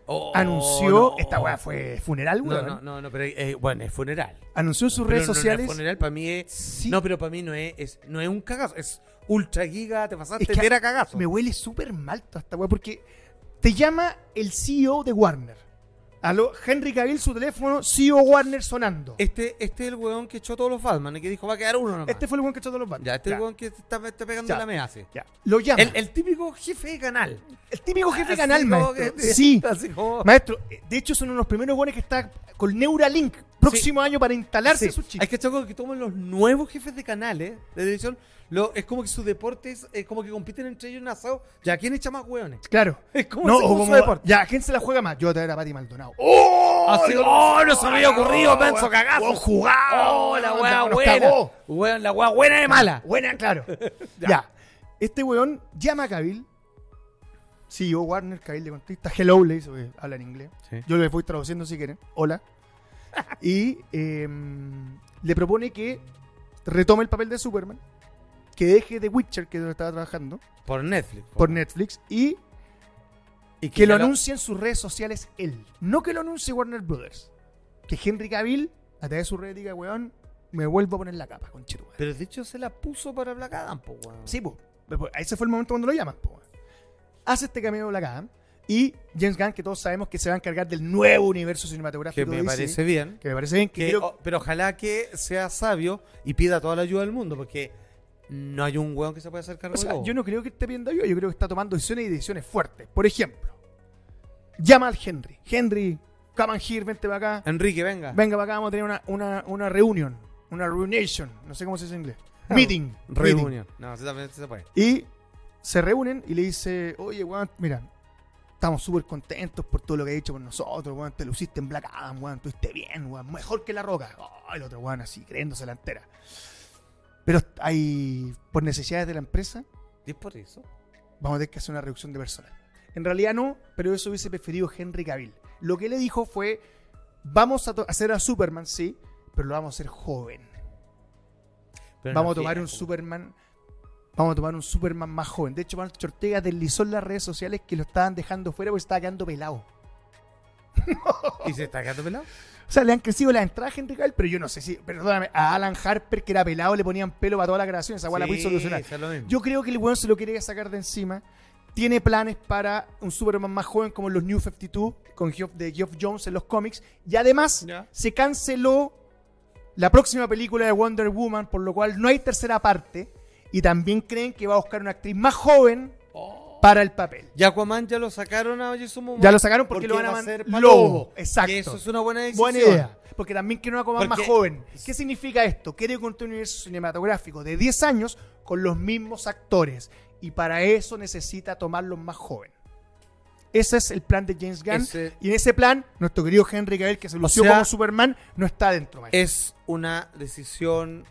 Speaker 2: Oh,
Speaker 1: anunció...
Speaker 2: no.
Speaker 1: Esta weá fue funeral,
Speaker 2: No,
Speaker 1: weón.
Speaker 2: no, no, no, pero eh, bueno, es funeral.
Speaker 1: Anunció en sus
Speaker 2: Pero
Speaker 1: redes
Speaker 2: no, no,
Speaker 1: sociales...
Speaker 2: No, es funeral para mí es.
Speaker 1: Sí.
Speaker 2: No, pero para mí no es, es- no es un cagazo. Es ultra giga, te pasaste,
Speaker 1: Es que
Speaker 2: era cagazo.
Speaker 1: Me huele súper mal toda esta weá, porque te llama el CEO de Warner. Aló, Henry Cavill, su teléfono, CEO Warner sonando.
Speaker 2: Este, este es el weón que echó todos los Batman y que dijo va a quedar uno nomás.
Speaker 1: Este fue el weón que echó todos los bandos.
Speaker 2: ya, este es el weón que está, está pegando
Speaker 1: Ya.
Speaker 2: la me hace.
Speaker 1: ya. Lo llama.
Speaker 2: El,
Speaker 1: El,
Speaker 2: el típico jefe de canal.
Speaker 1: típico jefe de
Speaker 2: Así
Speaker 1: canal,
Speaker 2: como
Speaker 1: maestro.
Speaker 2: que-
Speaker 1: Sí,
Speaker 2: así como-
Speaker 1: maestro. eh, De hecho, son uno de los primeros weones que está con Neuralink próximo año para instalarse
Speaker 2: Sí.
Speaker 1: su chip.
Speaker 2: Hay que chocar que toman los nuevos jefes de canales de televisión. Lo, es como que su deporte es, es como que compiten entre ellos en asado. Ya, ¿quién echa más weones?
Speaker 1: Claro.
Speaker 2: Es como,
Speaker 1: No,
Speaker 2: se-
Speaker 1: o
Speaker 2: como su
Speaker 1: como-
Speaker 2: deporte.
Speaker 1: ya, ¿quién se la juega más? Yo voy a traer a Pati Maldonado.
Speaker 2: Así, oh, no se me había ocurrido, penso cagazo.
Speaker 1: Buen jugado,
Speaker 2: Oh, la
Speaker 1: nos
Speaker 2: weá buena.
Speaker 1: cagó.
Speaker 2: Weón, la weá buena de mala.
Speaker 1: Buena, claro. ya. Este weón llama a Cavill. Sí, yo, Warner, Cavill le contesta. Hello, le dice, porque habla en inglés.
Speaker 2: Sí.
Speaker 1: Yo le voy traduciendo si quieren. Hola. y eh, le propone que retome el papel de Superman. Que deje The Witcher, que es donde estaba trabajando,
Speaker 2: Por Netflix.
Speaker 1: por Netflix. Y
Speaker 2: Y
Speaker 1: que lo
Speaker 2: ya
Speaker 1: anuncie en sus redes sociales él. No que lo anuncie Warner Brothers. Que Henry Cavill, a través de su red, diga, weón, me vuelvo a poner la capa, con
Speaker 2: Pero de hecho se la puso para Black Adam, po, weón.
Speaker 1: Sí, po. Pero, po, Ese fue el momento cuando lo llaman, po. Hace este cameo de Black Adam y James Gunn, que todos sabemos que se va a encargar del nuevo universo
Speaker 2: que
Speaker 1: cinematográfico
Speaker 2: me
Speaker 1: de DC,
Speaker 2: parece bien.
Speaker 1: que me parece bien. Que
Speaker 2: Que- oh,
Speaker 1: creo-
Speaker 2: o- pero ojalá que sea sabio y pida toda la ayuda del mundo, porque no hay un weón que se pueda hacer cargo
Speaker 1: o sea,
Speaker 2: de todo.
Speaker 1: yo no creo que esté pidiendo ayuda, yo creo que está tomando decisiones y decisiones fuertes. Por ejemplo, llama al Henry. Henry, come on here, vente para acá.
Speaker 2: Enrique, venga.
Speaker 1: Venga para acá, vamos a tener una, una, una reunión. Una reunion, no sé cómo se dice en inglés.
Speaker 2: Ah,
Speaker 1: Meeting. meeting.
Speaker 2: Reunión. No, se, también se puede.
Speaker 1: Y se reúnen y le dice, oye, weón, mira, estamos súper contentos por todo lo que has hecho por nosotros, weón, te luciste en Black Adam, weón, estuviste bien, weón, mejor que la roca. Oh, el otro weón así, creyéndose la entera. Pero hay, por necesidades de la empresa,
Speaker 2: Y es por eso.
Speaker 1: vamos a tener que hacer una reducción de personal. En realidad no, pero eso hubiese preferido Henry Cavill. Lo que le dijo fue, vamos a to- hacer a Superman, sí, pero lo vamos a hacer joven.
Speaker 2: Pero
Speaker 1: Vamos
Speaker 2: no
Speaker 1: a tomar
Speaker 2: fiera,
Speaker 1: un
Speaker 2: po.
Speaker 1: Superman. Vamos a tomar un Superman más joven. De hecho, Pancho Ortega deslizó en las redes sociales que lo estaban dejando fuera porque estaba quedando pelado.
Speaker 2: ¿Y se está quedando pelado?
Speaker 1: O sea, le han crecido las entradas a Henry Cavill, pero yo no sé si, perdóname, a Alan Harper, que era pelado, le ponían pelo para toda la grabación. Esa weá la
Speaker 2: Sí,
Speaker 1: pude solucionar.
Speaker 2: sea lo mismo.
Speaker 1: Yo creo que el weón se lo quería sacar de encima. Tiene planes para un Superman más joven como los New 52 con Geoff, de Geoff Jones en los cómics. Y además
Speaker 2: Ya.
Speaker 1: se canceló la próxima película de Wonder Woman, por lo cual no hay tercera parte. Y también creen que va a buscar una actriz más joven
Speaker 2: Oh,
Speaker 1: para el papel.
Speaker 2: Y Aquaman ya lo sacaron a Oye Sumo.
Speaker 1: Ya lo sacaron porque, lo van a
Speaker 2: va
Speaker 1: mandar
Speaker 2: ser para
Speaker 1: lobo.
Speaker 2: Lobo.
Speaker 1: Exacto.
Speaker 2: Que eso es una buena decisión.
Speaker 1: Buena idea. Porque también quieren una Aquaman más
Speaker 2: Porque-
Speaker 1: joven. ¿Qué significa esto? Quiere contar un este universo cinematográfico de 10 años con los mismos actores. Y para eso necesita tomarlos más joven. Ese es el plan de James Gunn.
Speaker 2: Ese-
Speaker 1: Y en ese plan, nuestro querido Henry Cavill, que se lució
Speaker 2: sea, eh,
Speaker 1: como Superman, no está dentro. maestro.
Speaker 2: Es una decisión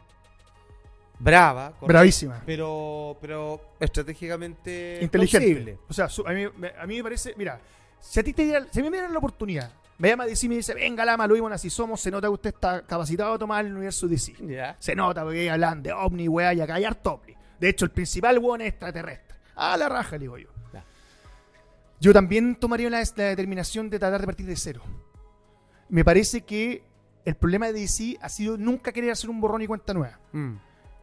Speaker 2: brava. correcta, eh,
Speaker 1: Bravísima.
Speaker 2: Pero, pero estratégicamente
Speaker 1: inteligente.
Speaker 2: plausible.
Speaker 1: O sea, su- a mí, me- a mí me parece, mira, si a ti te diera, si a mí me dieran la oportunidad, me llama DC y me dice, venga Lama, lo vimos en así somos, se nota que usted está capacitado a tomar el universo DC.
Speaker 2: Ya.
Speaker 1: Se nota porque ahí hablan de ovni, weá, y acá hay harto ovni. De hecho, el principal weón es extraterrestre. A la raja, le digo yo.
Speaker 2: Ya.
Speaker 1: Yo también tomaría la, la determinación de tratar de partir de cero. Me parece que el problema de DC ha sido nunca querer hacer un borrón y cuenta nueva.
Speaker 2: Mm.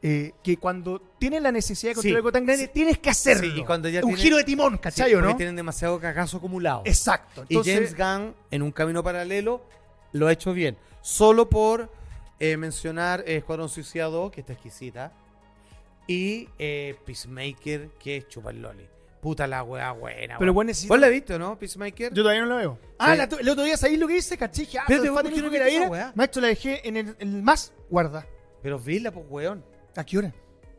Speaker 1: Eh, que cuando tienes la necesidad de construir
Speaker 2: Sí,
Speaker 1: algo tan grande,
Speaker 2: sí.
Speaker 1: tienes que hacerlo.
Speaker 2: Sí, y cuando ya
Speaker 1: un
Speaker 2: tiene-
Speaker 1: giro de timón,
Speaker 2: Sí,
Speaker 1: ¿cachai o
Speaker 2: porque
Speaker 1: no?
Speaker 2: tienen demasiado cagazo acumulado.
Speaker 1: Exacto. Entonces,
Speaker 2: y James Gunn, en un camino paralelo, lo ha hecho bien. Solo por eh, mencionar eh, Escuadrón Suicida 2, que está exquisita, y eh, Peacemaker, que es chupar loli. Puta la wea buena.
Speaker 1: Pero
Speaker 2: wea.
Speaker 1: bueno, necesito-
Speaker 2: ¿Vos la has visto, no? Peacemaker.
Speaker 1: yo todavía no lo veo. Ah,
Speaker 2: Sí.
Speaker 1: la tu- el otro día sabéis lo que hice, caché. dije, Ah,
Speaker 2: Espérate,
Speaker 1: pero
Speaker 2: vos,
Speaker 1: Fati
Speaker 2: ¿por
Speaker 1: me
Speaker 2: qué
Speaker 1: dijo
Speaker 2: no
Speaker 1: que la
Speaker 2: viste esa
Speaker 1: viera.
Speaker 2: weá?
Speaker 1: Maestro, la dejé en el, el más guarda.
Speaker 2: Pero vila, pues weón.
Speaker 1: ¿A qué hora?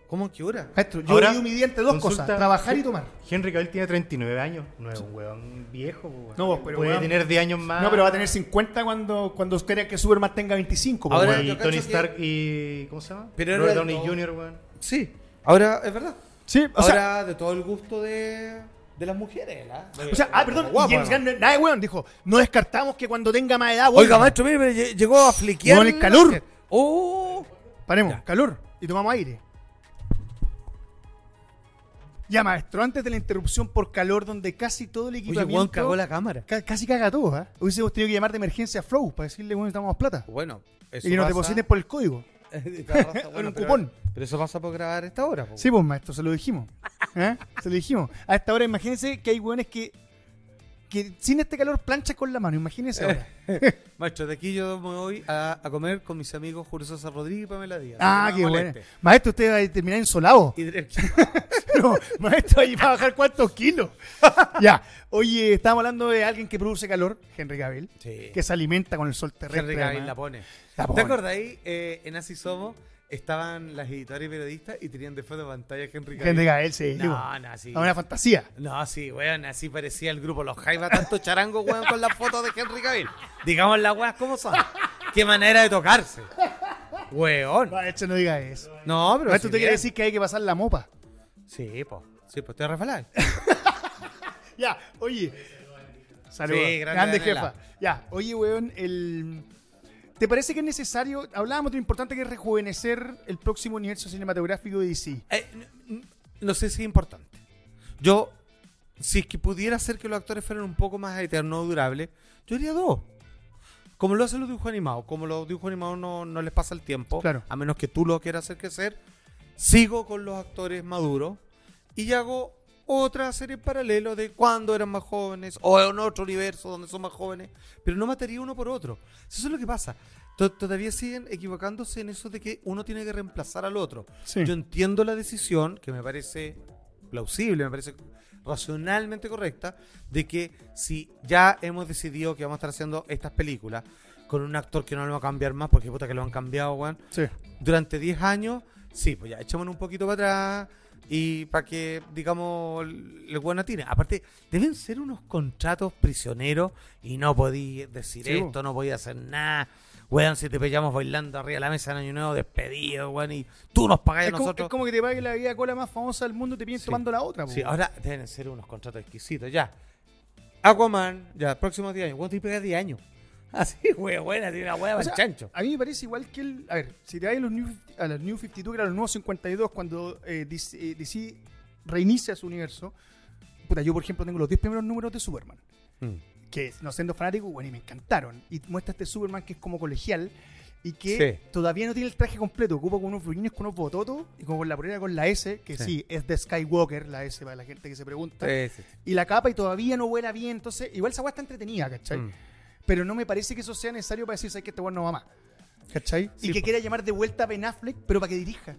Speaker 2: ¿Cómo en qué hora?
Speaker 1: Maestro, yo
Speaker 3: Ahora,
Speaker 1: divido mi día entre dos
Speaker 3: consulta-
Speaker 1: cosas: trabajar y tomar.
Speaker 3: Henry Cavill tiene 39 años. No es un weón viejo. pues, weón.
Speaker 1: No, pero
Speaker 3: Puede
Speaker 1: weón-
Speaker 3: tener 10 años más.
Speaker 1: No, pero va a tener 50 cuando, cuando quiera que Superman tenga 25. pues,
Speaker 2: Ahora-
Speaker 1: weón.
Speaker 3: Y
Speaker 2: yo
Speaker 3: Tony
Speaker 2: cacho que-
Speaker 3: Stark y. ¿Cómo se llama?
Speaker 2: Pero
Speaker 3: Robert
Speaker 2: era
Speaker 3: Downey
Speaker 2: todo-
Speaker 3: Jr., weón.
Speaker 2: Sí. Ahora, es verdad.
Speaker 1: Sí, o sea,
Speaker 2: ahora, de todo el gusto de, de las mujeres, ¿la?
Speaker 1: o sea, ah, perdón,
Speaker 2: Guapo,
Speaker 1: y James
Speaker 2: además.
Speaker 1: Gunn, nada de weón, dijo: No descartamos que cuando tenga más edad,
Speaker 2: Oiga,
Speaker 1: vuelva".
Speaker 2: maestro, mire, pero lle- llegó a fliquear.
Speaker 1: Con el calor.
Speaker 2: la- ¡Oh!
Speaker 1: Paremos,
Speaker 2: Ya.
Speaker 1: calor y tomamos aire. Ya, maestro, antes de la interrupción por calor, donde casi todo el
Speaker 2: Oye, Juan
Speaker 1: equipamiento...
Speaker 2: cagó la cámara.
Speaker 1: ca- casi caga todo, ¿eh? Hubiésemos tenido que llamar de emergencia a Flow para decirle, bueno, necesitamos plata.
Speaker 2: Bueno, eso
Speaker 1: Y que nos
Speaker 2: pasa-
Speaker 1: depositen por el código.
Speaker 2: Esta raza,
Speaker 1: Con un
Speaker 2: pero-
Speaker 1: cupón.
Speaker 2: Pero eso pasa por grabar esta hora. po.
Speaker 1: Sí, pues, maestro, se lo dijimos. ¿eh? Se lo dijimos. A esta hora, imagínense que hay hueones que, que sin este calor planchan con la mano. Imagínense ahora.
Speaker 2: Maestro, de aquí yo me voy a, a comer con mis amigos Julio Sosa Rodríguez y Pamela Díaz.
Speaker 1: ah,
Speaker 2: No me
Speaker 1: qué bueno.
Speaker 2: moleste.
Speaker 1: Maestro, usted va a terminar insolado.
Speaker 2: Y diré-
Speaker 1: No, maestro, ahí va a bajar cuántos kilos. ya. Oye, estábamos hablando de alguien que produce calor, Henry Cavill,
Speaker 2: Sí.
Speaker 1: que se alimenta con el sol terrestre.
Speaker 2: Henry Cavill
Speaker 1: además.
Speaker 2: la pone.
Speaker 1: La
Speaker 2: ¿Te
Speaker 1: pone.
Speaker 2: acordáis? Eh, en Así Somos estaban las editoras y periodistas y tenían de fondo de pantalla a Henry Cavill.
Speaker 1: Henry Cavill, sí. digo,
Speaker 2: No, no, sí.
Speaker 1: Es una fantasía.
Speaker 2: No, sí, weón, así parecía el grupo Los Jaivas, tanto charango, weón, con las fotos de Henry Cavill. Digamos las weas como son. Qué manera de tocarse. Weón.
Speaker 1: Maestro, no diga eso.
Speaker 2: No, pero.
Speaker 1: maestro,
Speaker 2: si
Speaker 1: usted quiere
Speaker 2: bien.
Speaker 1: decir que hay que pasar la mopa.
Speaker 2: Sí, po. Sí, pues te refalás.
Speaker 1: Ya, oye. Saludos.
Speaker 2: Sí, grande
Speaker 1: grande
Speaker 2: Daniela.
Speaker 1: jefa. Ya, oye, weón, el... ¿Te parece que es necesario, hablábamos de lo importante que es rejuvenecer el próximo universo cinematográfico de DC?
Speaker 2: Eh, n- n- no sé si es importante. Yo, si es que pudiera hacer que los actores fueran un poco más eternos o durables, yo haría dos. Como lo hacen los dibujos animados, como los dibujos animados no, no les pasa el tiempo,
Speaker 1: Claro.
Speaker 2: a menos que tú lo quieras hacer crecer, sigo con los actores maduros y hago otra serie en paralelo de cuando eran más jóvenes o en otro universo donde son más jóvenes, pero no mataría uno por otro. Eso es lo que pasa. To- Todavía siguen equivocándose en eso de que uno tiene que reemplazar al otro.
Speaker 1: Sí.
Speaker 2: Yo entiendo la decisión, que me parece plausible, me parece racionalmente correcta, de que si ya hemos decidido que vamos a estar haciendo estas películas con un actor que no lo va a cambiar más, porque puta que lo han cambiado, weón,
Speaker 1: Sí.
Speaker 2: durante 10 años, sí, pues ya echémonos un poquito para atrás y para que, digamos, el weón atine. Aparte, deben ser unos contratos prisioneros y no podí decir
Speaker 1: Sí,
Speaker 2: esto, no podía hacer nada. Weón, si te pillamos bailando arriba de la mesa en Año Nuevo, despedido, weón, y tú nos pagás
Speaker 1: Es
Speaker 2: a
Speaker 1: como,
Speaker 2: nosotros.
Speaker 1: es como que te pague la vida cola más famosa del mundo y te piden
Speaker 2: Sí.
Speaker 1: tomando la otra. po.
Speaker 2: Sí, ahora deben ser unos contratos exquisitos, ya. Aquaman, ya, próximos 10 años. Weón, te pegas 10 años. Así, weón, buena, tiene una weá
Speaker 1: O
Speaker 2: para
Speaker 1: sea,
Speaker 2: el chancho.
Speaker 1: A mí me parece igual que el. A ver, si te vas a los New, a los New 52, que eran los nuevos 52, cuando eh, DC, eh, DC reinicia su universo. Puta, yo por ejemplo tengo los 10 primeros números de Superman.
Speaker 2: Mm.
Speaker 1: Que no siendo fanático, bueno, y me encantaron. Y muestra este Superman que es como colegial y que
Speaker 2: Sí.
Speaker 1: todavía no tiene el traje completo. Ocupa con unos brujines, con unos bototos y como con la polera con la S, que sí.
Speaker 2: Sí.
Speaker 1: es de Skywalker, la S para la gente que se pregunta.
Speaker 2: Sí, sí, sí.
Speaker 1: Y la capa y todavía no vuela bien. Entonces, igual esa weá está entretenida, ¿cachai?
Speaker 2: Mm.
Speaker 1: pero no me parece que eso sea necesario para decir, "Sabes que este weón no va más? ¿Cachai?
Speaker 2: Sí,
Speaker 1: y que
Speaker 2: po.
Speaker 1: quiera llamar de vuelta a Ben Affleck, pero para que dirija.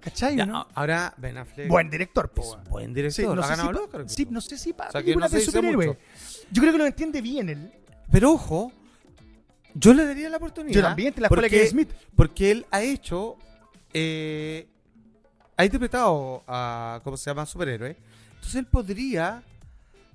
Speaker 1: ¿Cachai?
Speaker 2: Ya,
Speaker 1: o no?
Speaker 2: a- Ahora Ben Affleck
Speaker 1: Buen director, po,
Speaker 2: es
Speaker 1: weón.
Speaker 2: buen director.
Speaker 1: Sí, no sé
Speaker 2: ha
Speaker 1: si
Speaker 2: ganado el
Speaker 1: pa-
Speaker 2: Oscar,
Speaker 1: sí,
Speaker 2: creo.
Speaker 1: no sé si para
Speaker 2: O sea, que
Speaker 1: películas
Speaker 2: no
Speaker 1: de
Speaker 2: se dice
Speaker 1: superhéroes.
Speaker 2: mucho.
Speaker 1: Yo creo que lo entiende bien él.
Speaker 2: Pero ojo, yo le daría la oportunidad.
Speaker 1: Yo también, te la escuela
Speaker 2: porque-
Speaker 1: que Smith.
Speaker 2: Porque él ha hecho. eh, ha interpretado a. ¿Cómo se llama? Superhéroe. Entonces él podría.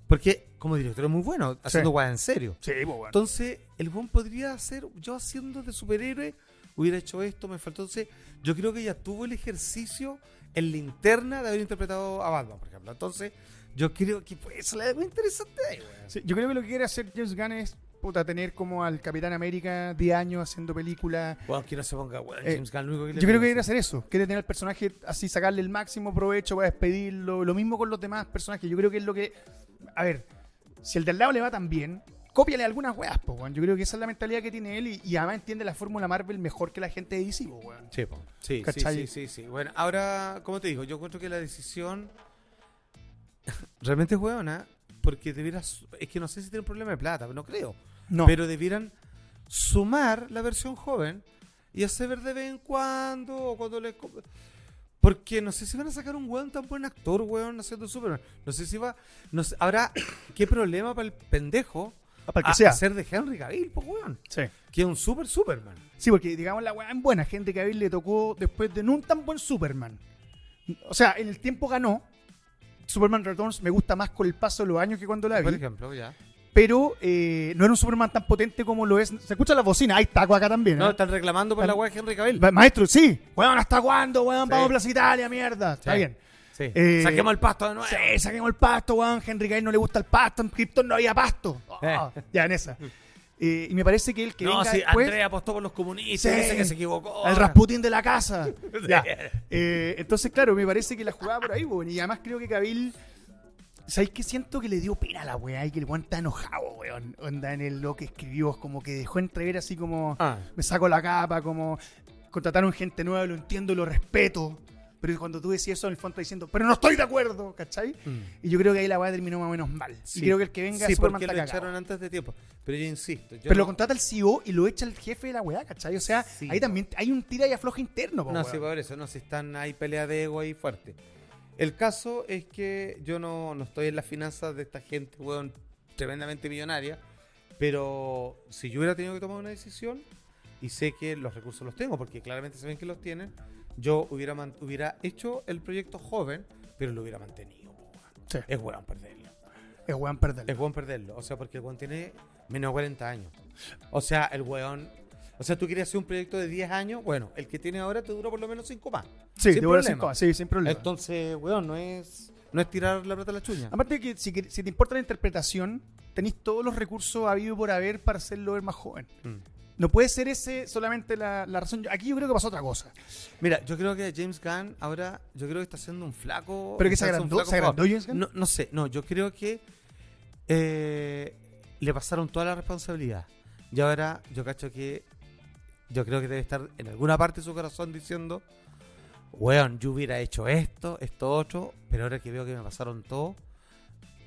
Speaker 2: Porque como director es muy bueno, haciendo guay en serio.
Speaker 1: Sí, po, weón.
Speaker 2: Entonces, el buen podría hacer. Yo haciendo de superhéroe, hubiera hecho esto, me faltó. Entonces, yo creo que ya tuvo el ejercicio en la interna de haber interpretado a Batman, por ejemplo. Entonces, yo creo que pues, eso le da muy interesante ahí, weón.
Speaker 1: Sí, yo creo que lo que quiere hacer James Gunn es puta, tener como al Capitán América 10 años haciendo películas.
Speaker 2: Weón, que no se ponga, weón,
Speaker 1: Eh,
Speaker 2: James Gunn, lo único que le
Speaker 1: Yo creo
Speaker 2: pido
Speaker 1: que
Speaker 2: es
Speaker 1: quiere hacer eso. Quiere tener al personaje así, sacarle el máximo provecho para despedirlo. Lo mismo con los demás personajes. Yo creo que es lo que. A ver, si el de al lado le va tan bien, cópiale algunas weas, po, weón. Yo creo que esa es la mentalidad que tiene él y, y además entiende la fórmula Marvel mejor que la gente de DC, po, weón.
Speaker 2: Sí, po. sí, sí,
Speaker 1: ¿Cachai?
Speaker 2: sí, sí, sí. Bueno, ahora, como te digo, yo encuentro que la decisión realmente es hueona, porque debieras, es que no sé si tienen problema de plata, no creo,
Speaker 1: No.
Speaker 2: pero debieran sumar la versión joven y hacer ver de vez en cuando, o cuando les... co- Porque no sé si van a sacar un weón tan buen actor, weón, haciendo Superman. No sé si va... No sé- ahora, ¿qué problema para el pendejo
Speaker 1: para el que
Speaker 2: a-
Speaker 1: sea.
Speaker 2: hacer de Henry Cavill, pues, weón?
Speaker 1: Sí.
Speaker 2: Que es un super Superman.
Speaker 1: Sí, porque digamos la weá en buena, gente que a él le tocó después de no un tan buen Superman. O sea, en el tiempo ganó. Superman Returns me gusta más con el paso de los años que cuando la
Speaker 2: Por
Speaker 1: vi.
Speaker 2: ejemplo, ya.
Speaker 1: Pero eh, no era un Superman tan potente como lo es. Se escucha la bocina, hay taco acá también.
Speaker 2: No,
Speaker 1: ¿eh?
Speaker 2: están reclamando por la weá de Henry Cavill.
Speaker 1: Ma- Maestro, sí. Weón, ¿hasta cuándo, weón?
Speaker 2: Sí.
Speaker 1: Vamos a Plaza Italia, mierda. Está
Speaker 2: Sí.
Speaker 1: bien.
Speaker 2: Sí.
Speaker 1: Eh,
Speaker 2: Saquemos el pasto de nuevo.
Speaker 1: Sí, saquemos el pasto, weón. Henry Cavill no le gusta el pasto. En Krypton no había pasto. Ah, Ya, en esa. Eh, y me parece que el que
Speaker 2: no,
Speaker 1: venga
Speaker 2: sí,
Speaker 1: después-
Speaker 2: Andrea apostó por los comunistas,
Speaker 1: Sí.
Speaker 2: dice que se equivocó.
Speaker 1: Al Rasputin de la casa. Ya. Eh, entonces, claro, me parece que la jugaba por ahí, weón. Y además creo que Cabil. ¿Sabéis qué siento que le dio pena a la weá y que el weón está enojado, weón? Onda en el lo que escribió, como que dejó entrever así como.
Speaker 2: Ah,
Speaker 1: Me saco la capa, como. Contrataron gente nueva, lo entiendo, lo respeto. Pero cuando tú decís eso, en el fondo está diciendo, pero no estoy de acuerdo, ¿cachai? Y yo creo que ahí la weá terminó más o menos mal.
Speaker 2: sí.
Speaker 1: Y creo que el que venga
Speaker 2: Sí,
Speaker 1: Superman
Speaker 2: porque lo
Speaker 1: está cagado.
Speaker 2: echaron antes de tiempo. Pero yo insisto. yo
Speaker 1: Pero lo
Speaker 2: no-
Speaker 1: contrata el CEO y lo echa el jefe de la weá, ¿cachai? O sea,
Speaker 2: Sí,
Speaker 1: ahí
Speaker 2: po.
Speaker 1: también hay un tira y afloja interno, po,
Speaker 2: No,
Speaker 1: weón.
Speaker 2: sí, por eso, no, si están ahí pelea de ego ahí fuerte. El caso es que yo no, no estoy en las finanzas de esta gente, weón, tremendamente millonaria, pero si yo hubiera tenido que tomar una decisión y sé que los recursos los tengo, porque claramente se ven que los tienen, yo hubiera, man- hubiera hecho el proyecto joven, pero lo hubiera mantenido. po, weón.
Speaker 1: Sí.
Speaker 2: Es weón perderlo.
Speaker 1: Es weón perderlo.
Speaker 2: Es weón perderlo. O sea, porque el weón tiene menos de 40 años. O sea, el weón. O sea, tú querías hacer un proyecto de 10 años. Bueno, el que tiene ahora te dura por lo menos 5 más.
Speaker 1: Sí,
Speaker 2: Sin
Speaker 1: te voy a decir
Speaker 2: problema.
Speaker 1: cosas, sí, sin problema.
Speaker 2: Entonces, weón, no es. No es tirar la plata a la chuña.
Speaker 1: Aparte de que si, que- si te importa la interpretación, tenéis todos los recursos habido por haber para hacerlo ver más joven.
Speaker 2: Mm.
Speaker 1: No puede ser ese solamente la, la razón. Yo- Aquí yo creo que pasó otra cosa.
Speaker 2: Mira, yo creo que James Gunn ahora. Yo creo que está siendo un flaco.
Speaker 1: Pero que
Speaker 2: está
Speaker 1: se agrandó,
Speaker 2: haciendo un flaco
Speaker 1: se agrandó
Speaker 2: favor.
Speaker 1: James Gunn.
Speaker 2: No, no sé, no, yo creo que. eh, le pasaron toda la responsabilidad. Y ahora, yo cacho que. Yo creo que debe estar en alguna parte de su corazón diciendo. Weón, yo hubiera hecho esto, esto otro, pero ahora que veo que me pasaron todo,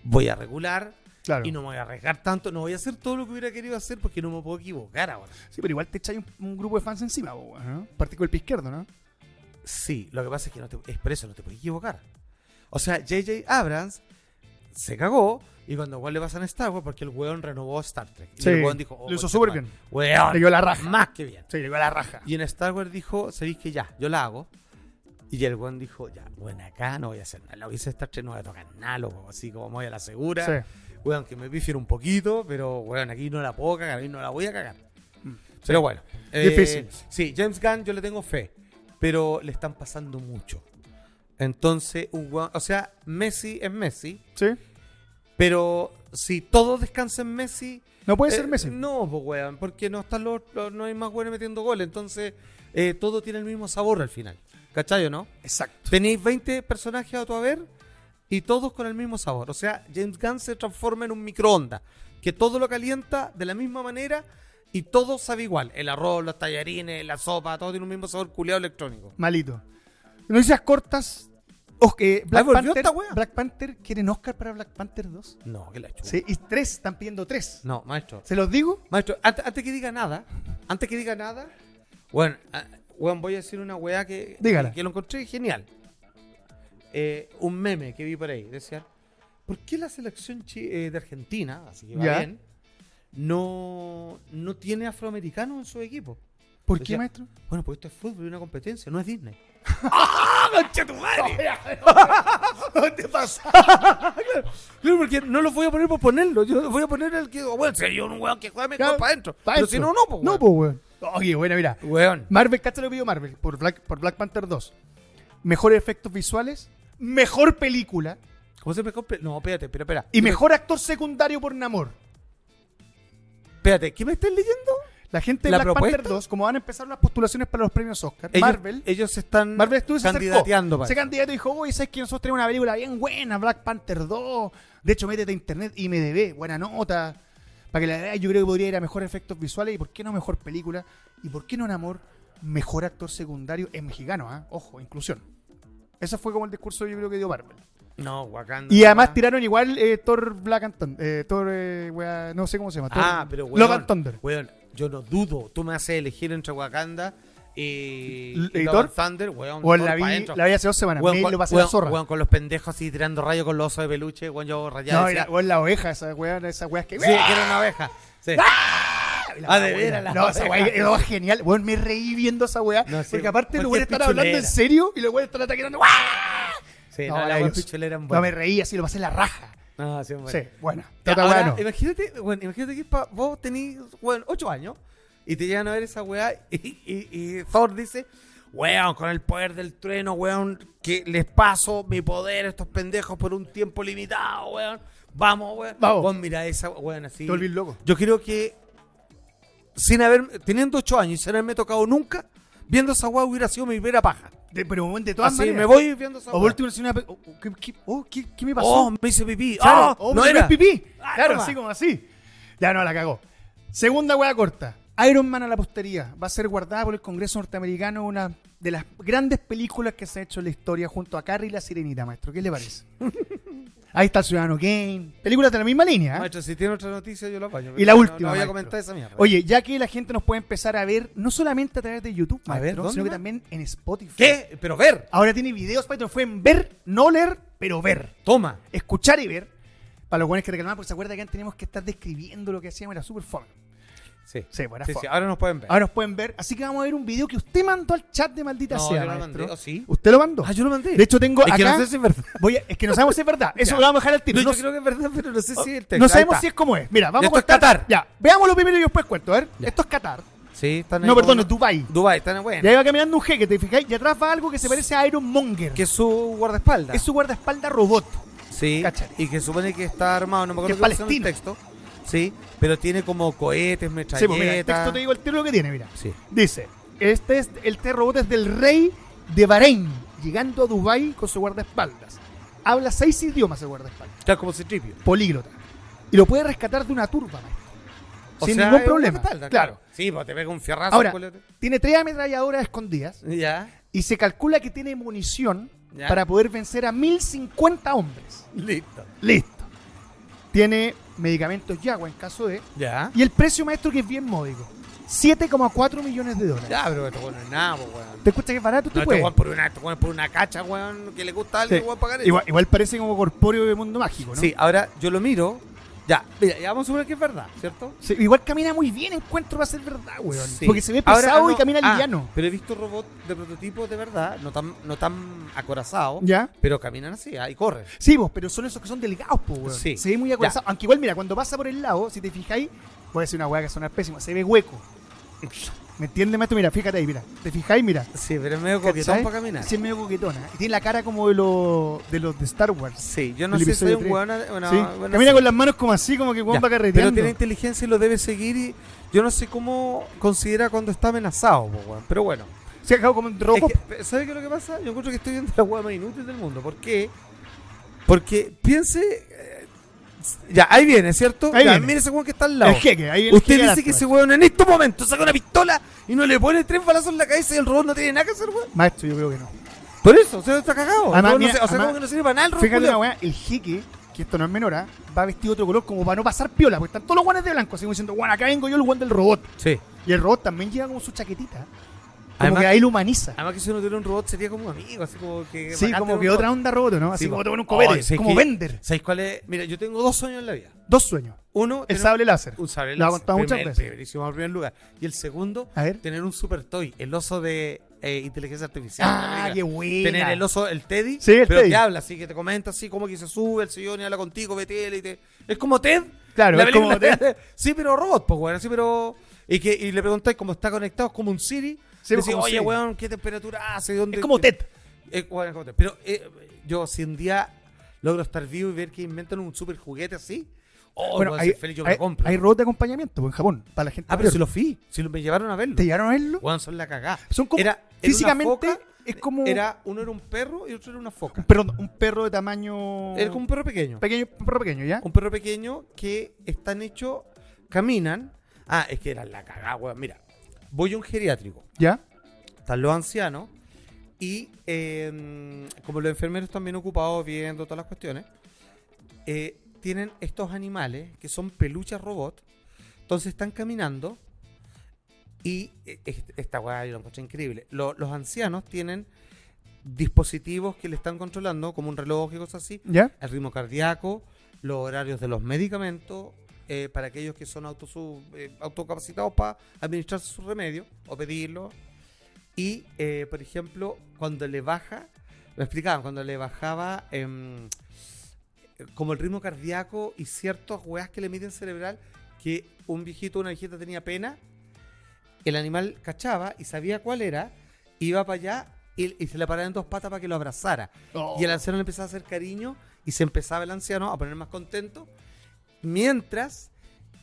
Speaker 2: voy a regular
Speaker 1: Claro.
Speaker 2: y no me voy a arriesgar tanto, no voy a hacer todo lo que hubiera querido hacer porque no me puedo equivocar ahora.
Speaker 1: Sí, pero igual te echáis un, un grupo de fans encima, po, weón, ¿no? Partí con el pie izquierdo, ¿no?
Speaker 2: Sí, lo que pasa es que no te, es por eso, no te puedes equivocar. O sea, J.J. Abrams se cagó y cuando igual le pasan a Star Wars porque el weón renovó Star Trek. Y
Speaker 1: Sí,
Speaker 2: el weón dijo, oh,
Speaker 1: lo hizo
Speaker 2: concha
Speaker 1: súper
Speaker 2: madre,
Speaker 1: bien.
Speaker 2: Weón,
Speaker 1: Le dio la raja.
Speaker 2: más que bien.
Speaker 1: Sí, le dio la raja.
Speaker 2: Y en Star Wars dijo, sabéis que ya, yo la hago. Y el weón dijo, ya, bueno, acá no voy a hacer nada. Lo hice Star Trek, no voy a tocar nada, loco. Así como me voy a la segura.
Speaker 1: Sí.
Speaker 2: Weón, que me pifiera un poquito, pero weón, aquí no la puedo cagar, aquí no la voy a cagar. Pero bueno. eh,
Speaker 1: Mm. Difícil.
Speaker 2: Sí, James Gunn yo le tengo fe, pero le están pasando mucho. Entonces, un weón- o sea, Messi es Messi,
Speaker 1: Sí.
Speaker 2: pero si todos descansan Messi...
Speaker 1: No puede
Speaker 2: eh,
Speaker 1: ser Messi.
Speaker 2: No, pues weón, porque no están los, los- no hay más weones metiendo goles, entonces eh, todo tiene el mismo sabor al final. ¿Cachai o no?
Speaker 1: Exacto.
Speaker 2: Tenéis 20 personajes a tu haber y todos con el mismo sabor. O sea, James Gunn se transforma en un microondas que todo lo calienta de la misma manera y todo sabe igual. El arroz, los tallarines, la sopa, todo tiene un mismo sabor culeado electrónico.
Speaker 1: Malito. Noticias cortas. Os- eh, Black,
Speaker 2: Ah, volvió
Speaker 1: Panther,
Speaker 2: esta wea.
Speaker 1: Black Panther, ¿quieren Oscar para Black Panther 2?
Speaker 2: No, que la chupa.
Speaker 1: Sí, y tres, están pidiendo tres.
Speaker 2: No, maestro.
Speaker 1: ¿Se los digo?
Speaker 2: Maestro, ante- antes, que diga nada, antes que diga nada, bueno, ah, Weón, voy a decir una weá que,
Speaker 1: Dígala.
Speaker 2: que lo encontré genial. Eh, un meme que vi por ahí. Decía, ¿por qué la selección chi- eh, de Argentina, así que va
Speaker 1: Ya.
Speaker 2: bien, no, no tiene afroamericanos en su equipo?
Speaker 1: ¿Por
Speaker 2: Decía,
Speaker 1: qué, maestro?
Speaker 2: Bueno, pues esto es fútbol y una competencia, no es Disney.
Speaker 1: ¡Ah, ¿Qué pasa?
Speaker 2: Claro, porque no lo voy a poner por ponerlo. Yo lo voy a poner el que. Bueno, si hay un weón que juega mejor para adentro. Pero si no, no, pues.
Speaker 1: No, pues, weón. Oye, bueno, mira.
Speaker 2: Weón.
Speaker 1: Marvel, ¿cachai lo que pidió Marvel? Por Black, por Black Panther 2. Mejores efectos visuales, mejor película
Speaker 2: ¿Cómo se me comp- No, espérate, espera, espera.
Speaker 1: y mejor actor secundario por Namor.
Speaker 2: Espérate, ¿qué me estás leyendo?
Speaker 1: La gente de
Speaker 2: ¿La
Speaker 1: Black Panther
Speaker 2: propuesta?
Speaker 1: 2, como van a empezar las postulaciones para los premios Oscar,
Speaker 2: Ellos-
Speaker 1: Marvel,
Speaker 2: Ellos están
Speaker 1: Marvel Studios se acercó.
Speaker 2: candidateando.
Speaker 1: Ese
Speaker 2: parece.
Speaker 1: candidato dijo, uy, ¿sabes que nosotros tenemos una película bien buena, Black Panther 2? De hecho, métete a internet y me debe, buena nota. Para que la veas, yo creo que podría ir a mejor efectos visuales y por qué no mejor película. Y por qué no Namor, mejor actor secundario es mexicano, ¿ah? Ojo, inclusión. Ese fue como el discurso yo creo que dio Marvel.
Speaker 2: No, Wakanda.
Speaker 1: Y además
Speaker 2: weón.
Speaker 1: tiraron igual eh, Thor Black and Thunder. eh, Thor, eh, wea, no sé cómo se llama. Thor-
Speaker 2: Ah, pero weón.
Speaker 1: Love and Thunder.
Speaker 2: Weón, yo no dudo. Tú me haces elegir entre Wakanda y.
Speaker 1: L-
Speaker 2: y
Speaker 1: ¿y
Speaker 2: Love
Speaker 1: Thor?
Speaker 2: and Thunder, weón.
Speaker 1: O
Speaker 2: Thor
Speaker 1: la vi,
Speaker 2: pa' adentro.
Speaker 1: la vi hace dos semanas.
Speaker 2: Weón,
Speaker 1: me
Speaker 2: con,
Speaker 1: lo pasé
Speaker 2: weón,
Speaker 1: la zorra.
Speaker 2: weón, con los pendejos así tirando rayos con los osos de peluche, weón, yo rayado.
Speaker 1: no,
Speaker 2: decía,
Speaker 1: era, o en la oveja, esa weá, esa weá que.
Speaker 2: Sí, que era una oveja. Sí. Ah, de veras, la
Speaker 1: No, esa
Speaker 2: oveja.
Speaker 1: weá era genial. Weón, me reí viendo esa weá.
Speaker 2: No, sí,
Speaker 1: porque aparte los
Speaker 2: porque
Speaker 1: weones
Speaker 2: es
Speaker 1: están hablando en
Speaker 2: pichulera.
Speaker 1: serio y los weones están atacando.
Speaker 2: Sí,
Speaker 1: No,
Speaker 2: no, la
Speaker 1: maravilloso.
Speaker 2: weón pichulera en
Speaker 1: No, me
Speaker 2: buena.
Speaker 1: reí así, lo pasé la raja.
Speaker 2: No, sí, en buena.
Speaker 1: Sí, buena.
Speaker 2: Ya,
Speaker 1: Tata
Speaker 2: ahora,
Speaker 1: weá no.
Speaker 2: Imagínate, bueno, imagínate que pa- vos tenés, bueno, 8 años y te llegan a ver esa weá y, y- y Thor dice, weón, con el poder del trueno, weón, que les paso mi poder a estos pendejos por un tiempo limitado, weón. Vamos, weón.
Speaker 1: Vamos.
Speaker 2: Vos mirá esa weón así.
Speaker 1: Te volví loco.
Speaker 2: Yo creo que sin haber, teniendo 8 años y sin haberme tocado nunca, viendo esa weá hubiera sido mi primera paja.
Speaker 1: De, pero weón, de todas
Speaker 2: Así
Speaker 1: maneras.
Speaker 2: Ah, me voy viendo esa
Speaker 1: O por
Speaker 2: weá.
Speaker 1: último, si una. pe- oh, ¿qué, qué, oh, ¿qué, qué me pasó?
Speaker 2: Oh, me hice pipí.
Speaker 1: Claro,
Speaker 2: oh,
Speaker 1: oh,
Speaker 2: no
Speaker 1: me dio
Speaker 2: era.
Speaker 1: el pipí.
Speaker 2: Ah,
Speaker 1: claro,
Speaker 2: toma.
Speaker 1: así como así. Ya no, la cagó. Segunda hueá corta. Iron Man a la postería. Va a ser guardada por el Congreso norteamericano una de las grandes películas que se ha hecho en la historia junto a Carrie y la Sirenita, maestro. ¿Qué le parece? Ahí está el Ciudadano Kane. Películas de la misma línea. ¿eh?
Speaker 2: Maestro, si tiene otra noticia, yo la apaño.
Speaker 1: Y la
Speaker 2: No-
Speaker 1: última,
Speaker 2: No voy a
Speaker 1: maestro.
Speaker 2: comentar esa mierda.
Speaker 1: Oye, ya que la gente nos puede empezar a ver, no solamente a través de YouTube,
Speaker 2: A ver,
Speaker 1: maestro,
Speaker 2: ¿dónde
Speaker 1: sino que
Speaker 2: más?
Speaker 1: también en Spotify.
Speaker 2: ¿Qué? Pero ver.
Speaker 1: Ahora tiene videos, maestro. Fue en ver, no leer, pero ver.
Speaker 2: Toma.
Speaker 1: escuchar y ver. Para los buenos que reclamaban, porque se acuerda que antes teníamos que estar describiendo lo que hacíamos, era súper fome.
Speaker 2: Sí.
Speaker 1: Sí, bueno,
Speaker 2: Sí,
Speaker 1: fome.
Speaker 2: sí, ahora nos pueden ver.
Speaker 1: Ahora nos pueden ver. Así que vamos a ver un video que usted mandó al chat de maldita
Speaker 2: No,
Speaker 1: sea,
Speaker 2: yo lo
Speaker 1: maestro.
Speaker 2: mandé, ¿o sí?
Speaker 1: Usted lo mandó.
Speaker 2: Ah, yo lo mandé.
Speaker 1: De hecho, tengo
Speaker 2: es
Speaker 1: acá.
Speaker 2: que no sé si es verdad.
Speaker 1: voy a- es que no sabemos si es verdad. Eso
Speaker 2: Ya.
Speaker 1: lo vamos a dejar al tiro.
Speaker 2: No,
Speaker 1: No,
Speaker 2: yo creo que es verdad, pero no sé si el texto.
Speaker 1: no
Speaker 2: Ahí
Speaker 1: sabemos
Speaker 2: está.
Speaker 1: si es como es. Mira, vamos
Speaker 2: Esto
Speaker 1: a
Speaker 2: es
Speaker 1: contar.
Speaker 2: Qatar.
Speaker 1: Ya, veamos lo primero y después cuento. A ver,
Speaker 2: Ya.
Speaker 1: esto es Qatar.
Speaker 2: Sí, están ahí
Speaker 1: No,
Speaker 2: como-
Speaker 1: perdón, es Dubái.
Speaker 2: Dubái, están bueno.
Speaker 1: Y ahí va caminando un jeque, ¿te fijáis? Y atrás va algo que se parece a Iron Monger.
Speaker 2: Que es su guardaespaldas.
Speaker 1: es su guardaespaldas robot.
Speaker 2: Sí.
Speaker 1: Cáchate.
Speaker 2: Y que supone que está armado, no me
Speaker 1: Que
Speaker 2: acuerdo
Speaker 1: es
Speaker 2: cuál es el
Speaker 1: palestino.
Speaker 2: texto. Sí, pero tiene como cohetes, metralletas.
Speaker 1: Sí, pues mira, el texto te digo el tiro lo que tiene, mira.
Speaker 2: Sí.
Speaker 1: Dice, este es el T-Robot es del rey de Bahrein, llegando a Dubái con su guardaespaldas. Habla seis idiomas el guardaespaldas,
Speaker 2: Está como Citripio.
Speaker 1: políglota. Y lo puede rescatar de una turba, maestro.
Speaker 2: O
Speaker 1: Sin
Speaker 2: sea,
Speaker 1: ningún
Speaker 2: es
Speaker 1: problema.
Speaker 2: guardaespaldas,
Speaker 1: Claro.
Speaker 2: Sí, pues te pega un fierrazo.
Speaker 1: Ahora,
Speaker 2: culete.
Speaker 1: tiene tres ametralladoras escondidas
Speaker 2: Ya.
Speaker 1: y se calcula que tiene munición
Speaker 2: Ya.
Speaker 1: para poder vencer a 1050 hombres.
Speaker 2: Listo.
Speaker 1: Listo. Tiene medicamentos Yagua en caso de...
Speaker 2: Ya.
Speaker 1: Y el precio, maestro, que es bien módico. 7,4 millones de dólares.
Speaker 2: Ya, pero esto bueno es nada, pues, weón.
Speaker 1: ¿Te escuchas que es barato?
Speaker 2: No,
Speaker 1: ¿Tú
Speaker 2: este
Speaker 1: puedes?
Speaker 2: weón por una, este weón por una cacha, weón, que le gusta a alguien,
Speaker 1: pues. Sí.
Speaker 2: weón, pagar eso.
Speaker 1: Igual, igual parece como corpóreo de mundo mágico, ¿no?
Speaker 2: Sí, ahora yo lo miro. Ya, mira, ya vamos a suponer que es verdad, ¿cierto?
Speaker 1: Sí, igual camina muy bien, encuentro va a ser verdad, weón.
Speaker 2: Sí.
Speaker 1: Porque se ve
Speaker 2: Ahora,
Speaker 1: pesado
Speaker 2: no,
Speaker 1: y camina
Speaker 2: ah,
Speaker 1: liviano.
Speaker 2: Pero he visto robots de prototipos de verdad, no tan, no tan acorazados,
Speaker 1: ¿Ya?
Speaker 2: pero caminan así, ah, y corren.
Speaker 1: Sí, vos, pero son esos que son delgados, po, weón.
Speaker 2: Sí.
Speaker 1: Se ve muy acorazado. Aunque igual, mira, cuando pasa por el lado, si te fijáis, puede ser una weá que suena pésima, se ve hueco. ¿Me entiendes, maestro? Mira, fíjate ahí, mira. ¿Te fijáis? Mira.
Speaker 2: Sí, pero es medio
Speaker 1: ¿Cachai?
Speaker 2: coquetón para caminar.
Speaker 1: Sí, es medio coquetona. Y tiene la cara como de los de, los de Star Wars.
Speaker 2: Sí, yo no
Speaker 1: El
Speaker 2: sé si soy
Speaker 1: episodio
Speaker 2: un
Speaker 1: tres.
Speaker 2: weón. Bueno,
Speaker 1: Sí. Camina con las manos como así, como que weón va
Speaker 2: Pero
Speaker 1: carreteando.
Speaker 2: tiene inteligencia y lo debe seguir y yo no sé cómo considera cuando está amenazado, pues, weón. Pero bueno.
Speaker 1: Se ha dejado como un
Speaker 2: Es
Speaker 1: rojo.
Speaker 2: que, ¿Sabe qué es lo que pasa? Yo encuentro que estoy viendo la hueá más inútil del mundo. ¿Por qué? Porque piense. eh, ya, ahí viene, ¿cierto?
Speaker 1: Ahí
Speaker 2: Ya,
Speaker 1: viene.
Speaker 2: Mire ese hueón que está al lado.
Speaker 1: El jeque, ahí viene el
Speaker 2: Usted
Speaker 1: jeque
Speaker 2: dice que
Speaker 1: Arturo.
Speaker 2: ese hueón en este momento saca una pistola y no le pone tres balazos en la cabeza y el robot no tiene nada que hacer, hueón.
Speaker 1: Maestro, yo creo que no.
Speaker 2: Por eso, o sea, está cagado.
Speaker 1: Además,
Speaker 2: No, no
Speaker 1: mira,
Speaker 2: sé, o sea,
Speaker 1: además-
Speaker 2: como que no sirve para nada el robot.
Speaker 1: Fíjate una
Speaker 2: culiao.
Speaker 1: weá, el jeque, que esto no es menor, ¿ah? va vestido de otro color como para no pasar piola, porque están todos los guanes de blanco, así como diciendo, bueno, acá vengo yo el guan del robot.
Speaker 2: Sí.
Speaker 1: Y el robot también lleva como su chaquetita, Como
Speaker 2: Además-
Speaker 1: que ahí lo humaniza.
Speaker 2: Además que si uno tuviera un robot sería como un amigo, así como que...
Speaker 1: Sí,
Speaker 2: bacán
Speaker 1: como
Speaker 2: tener
Speaker 1: que
Speaker 2: un
Speaker 1: otra
Speaker 2: robot.
Speaker 1: onda roboto, ¿no? Así
Speaker 2: Sí,
Speaker 1: como
Speaker 2: po.
Speaker 1: todo en un copete,
Speaker 2: Oh, ¿sabes
Speaker 1: como
Speaker 2: qué?
Speaker 1: Bender.
Speaker 2: ¿Sabéis cuál es? Mira, yo tengo dos sueños en la vida.
Speaker 1: Dos sueños.
Speaker 2: Uno,
Speaker 1: El
Speaker 2: tener
Speaker 1: sable láser.
Speaker 2: un sable
Speaker 1: Lo ha
Speaker 2: láser,
Speaker 1: contado muchas
Speaker 2: primer-
Speaker 1: veces.
Speaker 2: primerísimo, en primer lugar. Y el segundo,
Speaker 1: A ver.
Speaker 2: tener un super toy, el oso de eh, inteligencia artificial.
Speaker 1: Ah,
Speaker 2: amiga.
Speaker 1: qué buena.
Speaker 2: Tener el oso, el Teddy,
Speaker 1: Sí, el
Speaker 2: pero
Speaker 1: Teddy.
Speaker 2: que habla, así que te comenta así, como que se sube el sillón y habla contigo, ve tele y te... Es como Ted.
Speaker 1: Claro,
Speaker 2: La
Speaker 1: es como
Speaker 2: película- sí, pero robot, pues, weón, sí, pero... Y, que, y le preguntáis cómo está conectado, es como un Siri.
Speaker 1: Sí,
Speaker 2: Decís,
Speaker 1: como
Speaker 2: oye,
Speaker 1: Siri.
Speaker 2: weón, ¿qué temperatura hace? ¿Dónde
Speaker 1: Es como Ted.
Speaker 2: eh, bueno, como te- pero eh, yo si un día logro estar vivo y ver que inventan un super juguete así, oh,
Speaker 1: bueno,
Speaker 2: puedo
Speaker 1: hay,
Speaker 2: ser feliz, yo me
Speaker 1: hay,
Speaker 2: lo compro.
Speaker 1: hay robots de acompañamiento pues, en Japón, para la gente.
Speaker 2: ah, pero
Speaker 1: mayor.
Speaker 2: si los vi, si los me llevaron a verlo.
Speaker 1: ¿Te llegaron a verlo?
Speaker 2: Weón, son la cagada.
Speaker 1: Son como-
Speaker 2: Era- era una
Speaker 1: físicamente
Speaker 2: foca,
Speaker 1: es como-
Speaker 2: Era, uno era un perro y otro era una foca.
Speaker 1: Perdón, un perro de tamaño.
Speaker 2: Era como un perro pequeño.
Speaker 1: pequeño, un perro pequeño, ¿ya?
Speaker 2: Un perro pequeño que están hechos, caminan. Ah, es que era la cagada, weón. Mira, voy a un geriátrico.
Speaker 1: ¿Ya?
Speaker 2: están los ancianos y eh, como los enfermeros también ocupados viendo todas las cuestiones, eh, tienen estos animales que son peluches robot, entonces están caminando y eh, es- esta weá yo la encontré increíble. Lo- los ancianos tienen dispositivos que le están controlando, como un reloj y cosas así,
Speaker 1: ¿Ya?
Speaker 2: el ritmo cardíaco, los horarios de los medicamentos, eh, para aquellos que son autosu- eh, autocapacitados para administrar su remedio o pedirlo. Y, eh, por ejemplo, cuando le baja, lo explicaban, cuando le bajaba em, como el ritmo cardíaco y ciertas weas que le miden cerebral, que un viejito o una viejita tenía pena, el animal cachaba y sabía cuál era, iba para allá y, y se le paraba en dos patas para que lo abrazara. Y el anciano le empezaba a hacer cariño y se empezaba el anciano a poner más contento. Mientras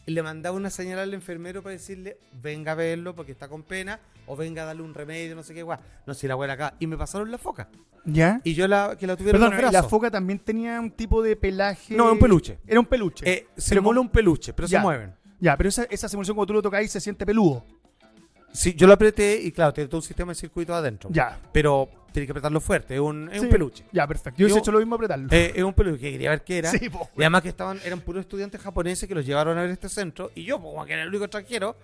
Speaker 2: le mandaba una señal al enfermero para decirle, venga a verlo porque está con pena, o venga a darle un remedio, no sé qué, guay. No sé si la abuela acá. Y me pasaron la foca.
Speaker 1: ¿Ya?
Speaker 2: Y yo la que la tuviera
Speaker 1: Perdón, eh,
Speaker 2: en los
Speaker 1: la
Speaker 2: brazos.
Speaker 1: foca también tenía un tipo de pelaje.
Speaker 2: No, un peluche.
Speaker 1: Era un peluche.
Speaker 2: Eh, se
Speaker 1: Pero
Speaker 2: mola
Speaker 1: como-
Speaker 2: un peluche, pero
Speaker 1: Ya.
Speaker 2: se mueven.
Speaker 1: Ya, pero esa, esa simulación cuando tú lo tocas ahí se siente peludo.
Speaker 2: Sí, yo lo apreté y claro, tiene todo un sistema de circuito adentro.
Speaker 1: Ya.
Speaker 2: Pero tiene que apretarlo fuerte, es un, es un
Speaker 1: Sí.
Speaker 2: peluche.
Speaker 1: Ya, perfecto. Yo
Speaker 2: Yo-
Speaker 1: hubiese hecho lo mismo apretarlo.
Speaker 2: Eh, es un peluche que quería ver qué era.
Speaker 1: Sí, po.
Speaker 2: Y además que estaban, eran puros estudiantes japoneses que los llevaron a ver este centro. Y yo, pues, weón, que era el único extranjero.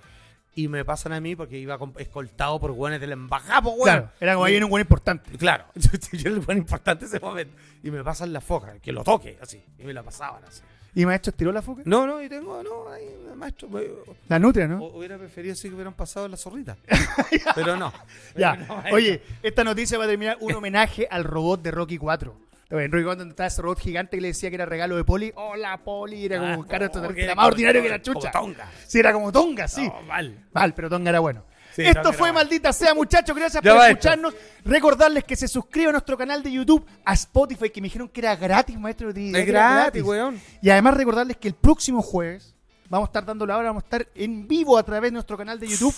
Speaker 2: Y me pasan a mí porque iba con- escoltado por hueones de la embajada, pues, weón.
Speaker 1: Claro, era como ahí
Speaker 2: Y-
Speaker 1: en un buen importante.
Speaker 2: Claro, yo, yo era el buen importante ese momento. Y me pasan la foca, que lo toque, así. Y me la pasaban así.
Speaker 1: ¿Y maestro estiró la foca?
Speaker 2: No, Oh, no, y tengo, no, ahí, maestro. me-
Speaker 1: La nutria, ¿no?
Speaker 2: hu- Hubiera preferido si hubieran pasado la zorrita. Pero no.
Speaker 1: Ya,
Speaker 2: Pero no, maestro.
Speaker 1: oye, esta noticia va a terminar un homenaje al robot de Rocky 4. En Rocky 4 donde estaba ese robot gigante que le decía que era regalo de Poli. Hola, Poli. Era
Speaker 2: Ah,
Speaker 1: como un cara extraterrestre, era más ordinario que la chucha.
Speaker 2: Como tonga.
Speaker 1: Sí, era como Tonga, sí.
Speaker 2: No, mal.
Speaker 1: Mal, pero Tonga era bueno.
Speaker 2: Sí,
Speaker 1: Esto
Speaker 2: Tonga era
Speaker 1: fue
Speaker 2: bueno.
Speaker 1: Maldita Sea, muchachos. Gracias
Speaker 2: Ya
Speaker 1: por
Speaker 2: va esto.
Speaker 1: escucharnos. Recordarles que se suscriban a nuestro canal de YouTube, a Spotify, que me dijeron que era gratis, maestro. yo tenía idea
Speaker 2: Es
Speaker 1: que era
Speaker 2: gratis, weón.
Speaker 1: Y además recordarles que el próximo jueves vamos a estar dando la hora, vamos a estar en vivo a través de nuestro canal de YouTube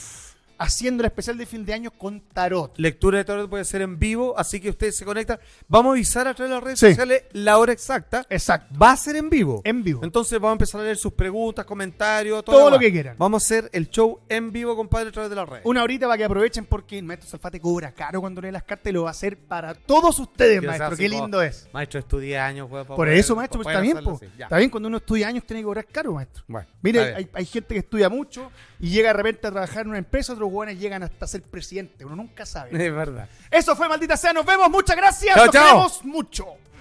Speaker 1: haciendo el especial de fin de año con tarot.
Speaker 2: Lectura de tarot puede ser en vivo, así que ustedes se conectan. Vamos a avisar a través de las redes
Speaker 1: Sí.
Speaker 2: sociales la hora exacta.
Speaker 1: Exacto.
Speaker 2: Va a ser en vivo.
Speaker 1: En vivo.
Speaker 2: Entonces vamos a empezar a leer sus preguntas, comentarios,
Speaker 1: Todo
Speaker 2: la
Speaker 1: lo
Speaker 2: guay.
Speaker 1: que quieran.
Speaker 2: Vamos a hacer el show en vivo, compadre, a través de las redes.
Speaker 1: Una horita para que aprovechen porque el maestro Salfate cobra caro cuando lee las cartas y lo va a hacer para todos ustedes,
Speaker 2: Que sea
Speaker 1: maestro.
Speaker 2: así
Speaker 1: Qué
Speaker 2: como,
Speaker 1: lindo es.
Speaker 2: Maestro, estudié años, weón. para
Speaker 1: Por
Speaker 2: poder-
Speaker 1: eso,
Speaker 2: para
Speaker 1: maestro, pues,
Speaker 2: poder
Speaker 1: está bien,
Speaker 2: hacerlo
Speaker 1: po.
Speaker 2: así. Ya.
Speaker 1: está bien cuando uno estudia años tiene que cobrar caro, maestro.
Speaker 2: Bueno, está
Speaker 1: Mire,
Speaker 2: bien.
Speaker 1: hay, hay gente que estudia mucho y llega de repente a trabajar en una empresa, otros jóvenes llegan hasta ser presidente, uno nunca sabe.
Speaker 2: Es verdad.
Speaker 1: Eso fue, maldita sea, nos vemos, muchas gracias,
Speaker 2: Chao,
Speaker 1: nos
Speaker 2: chao.
Speaker 1: queremos mucho.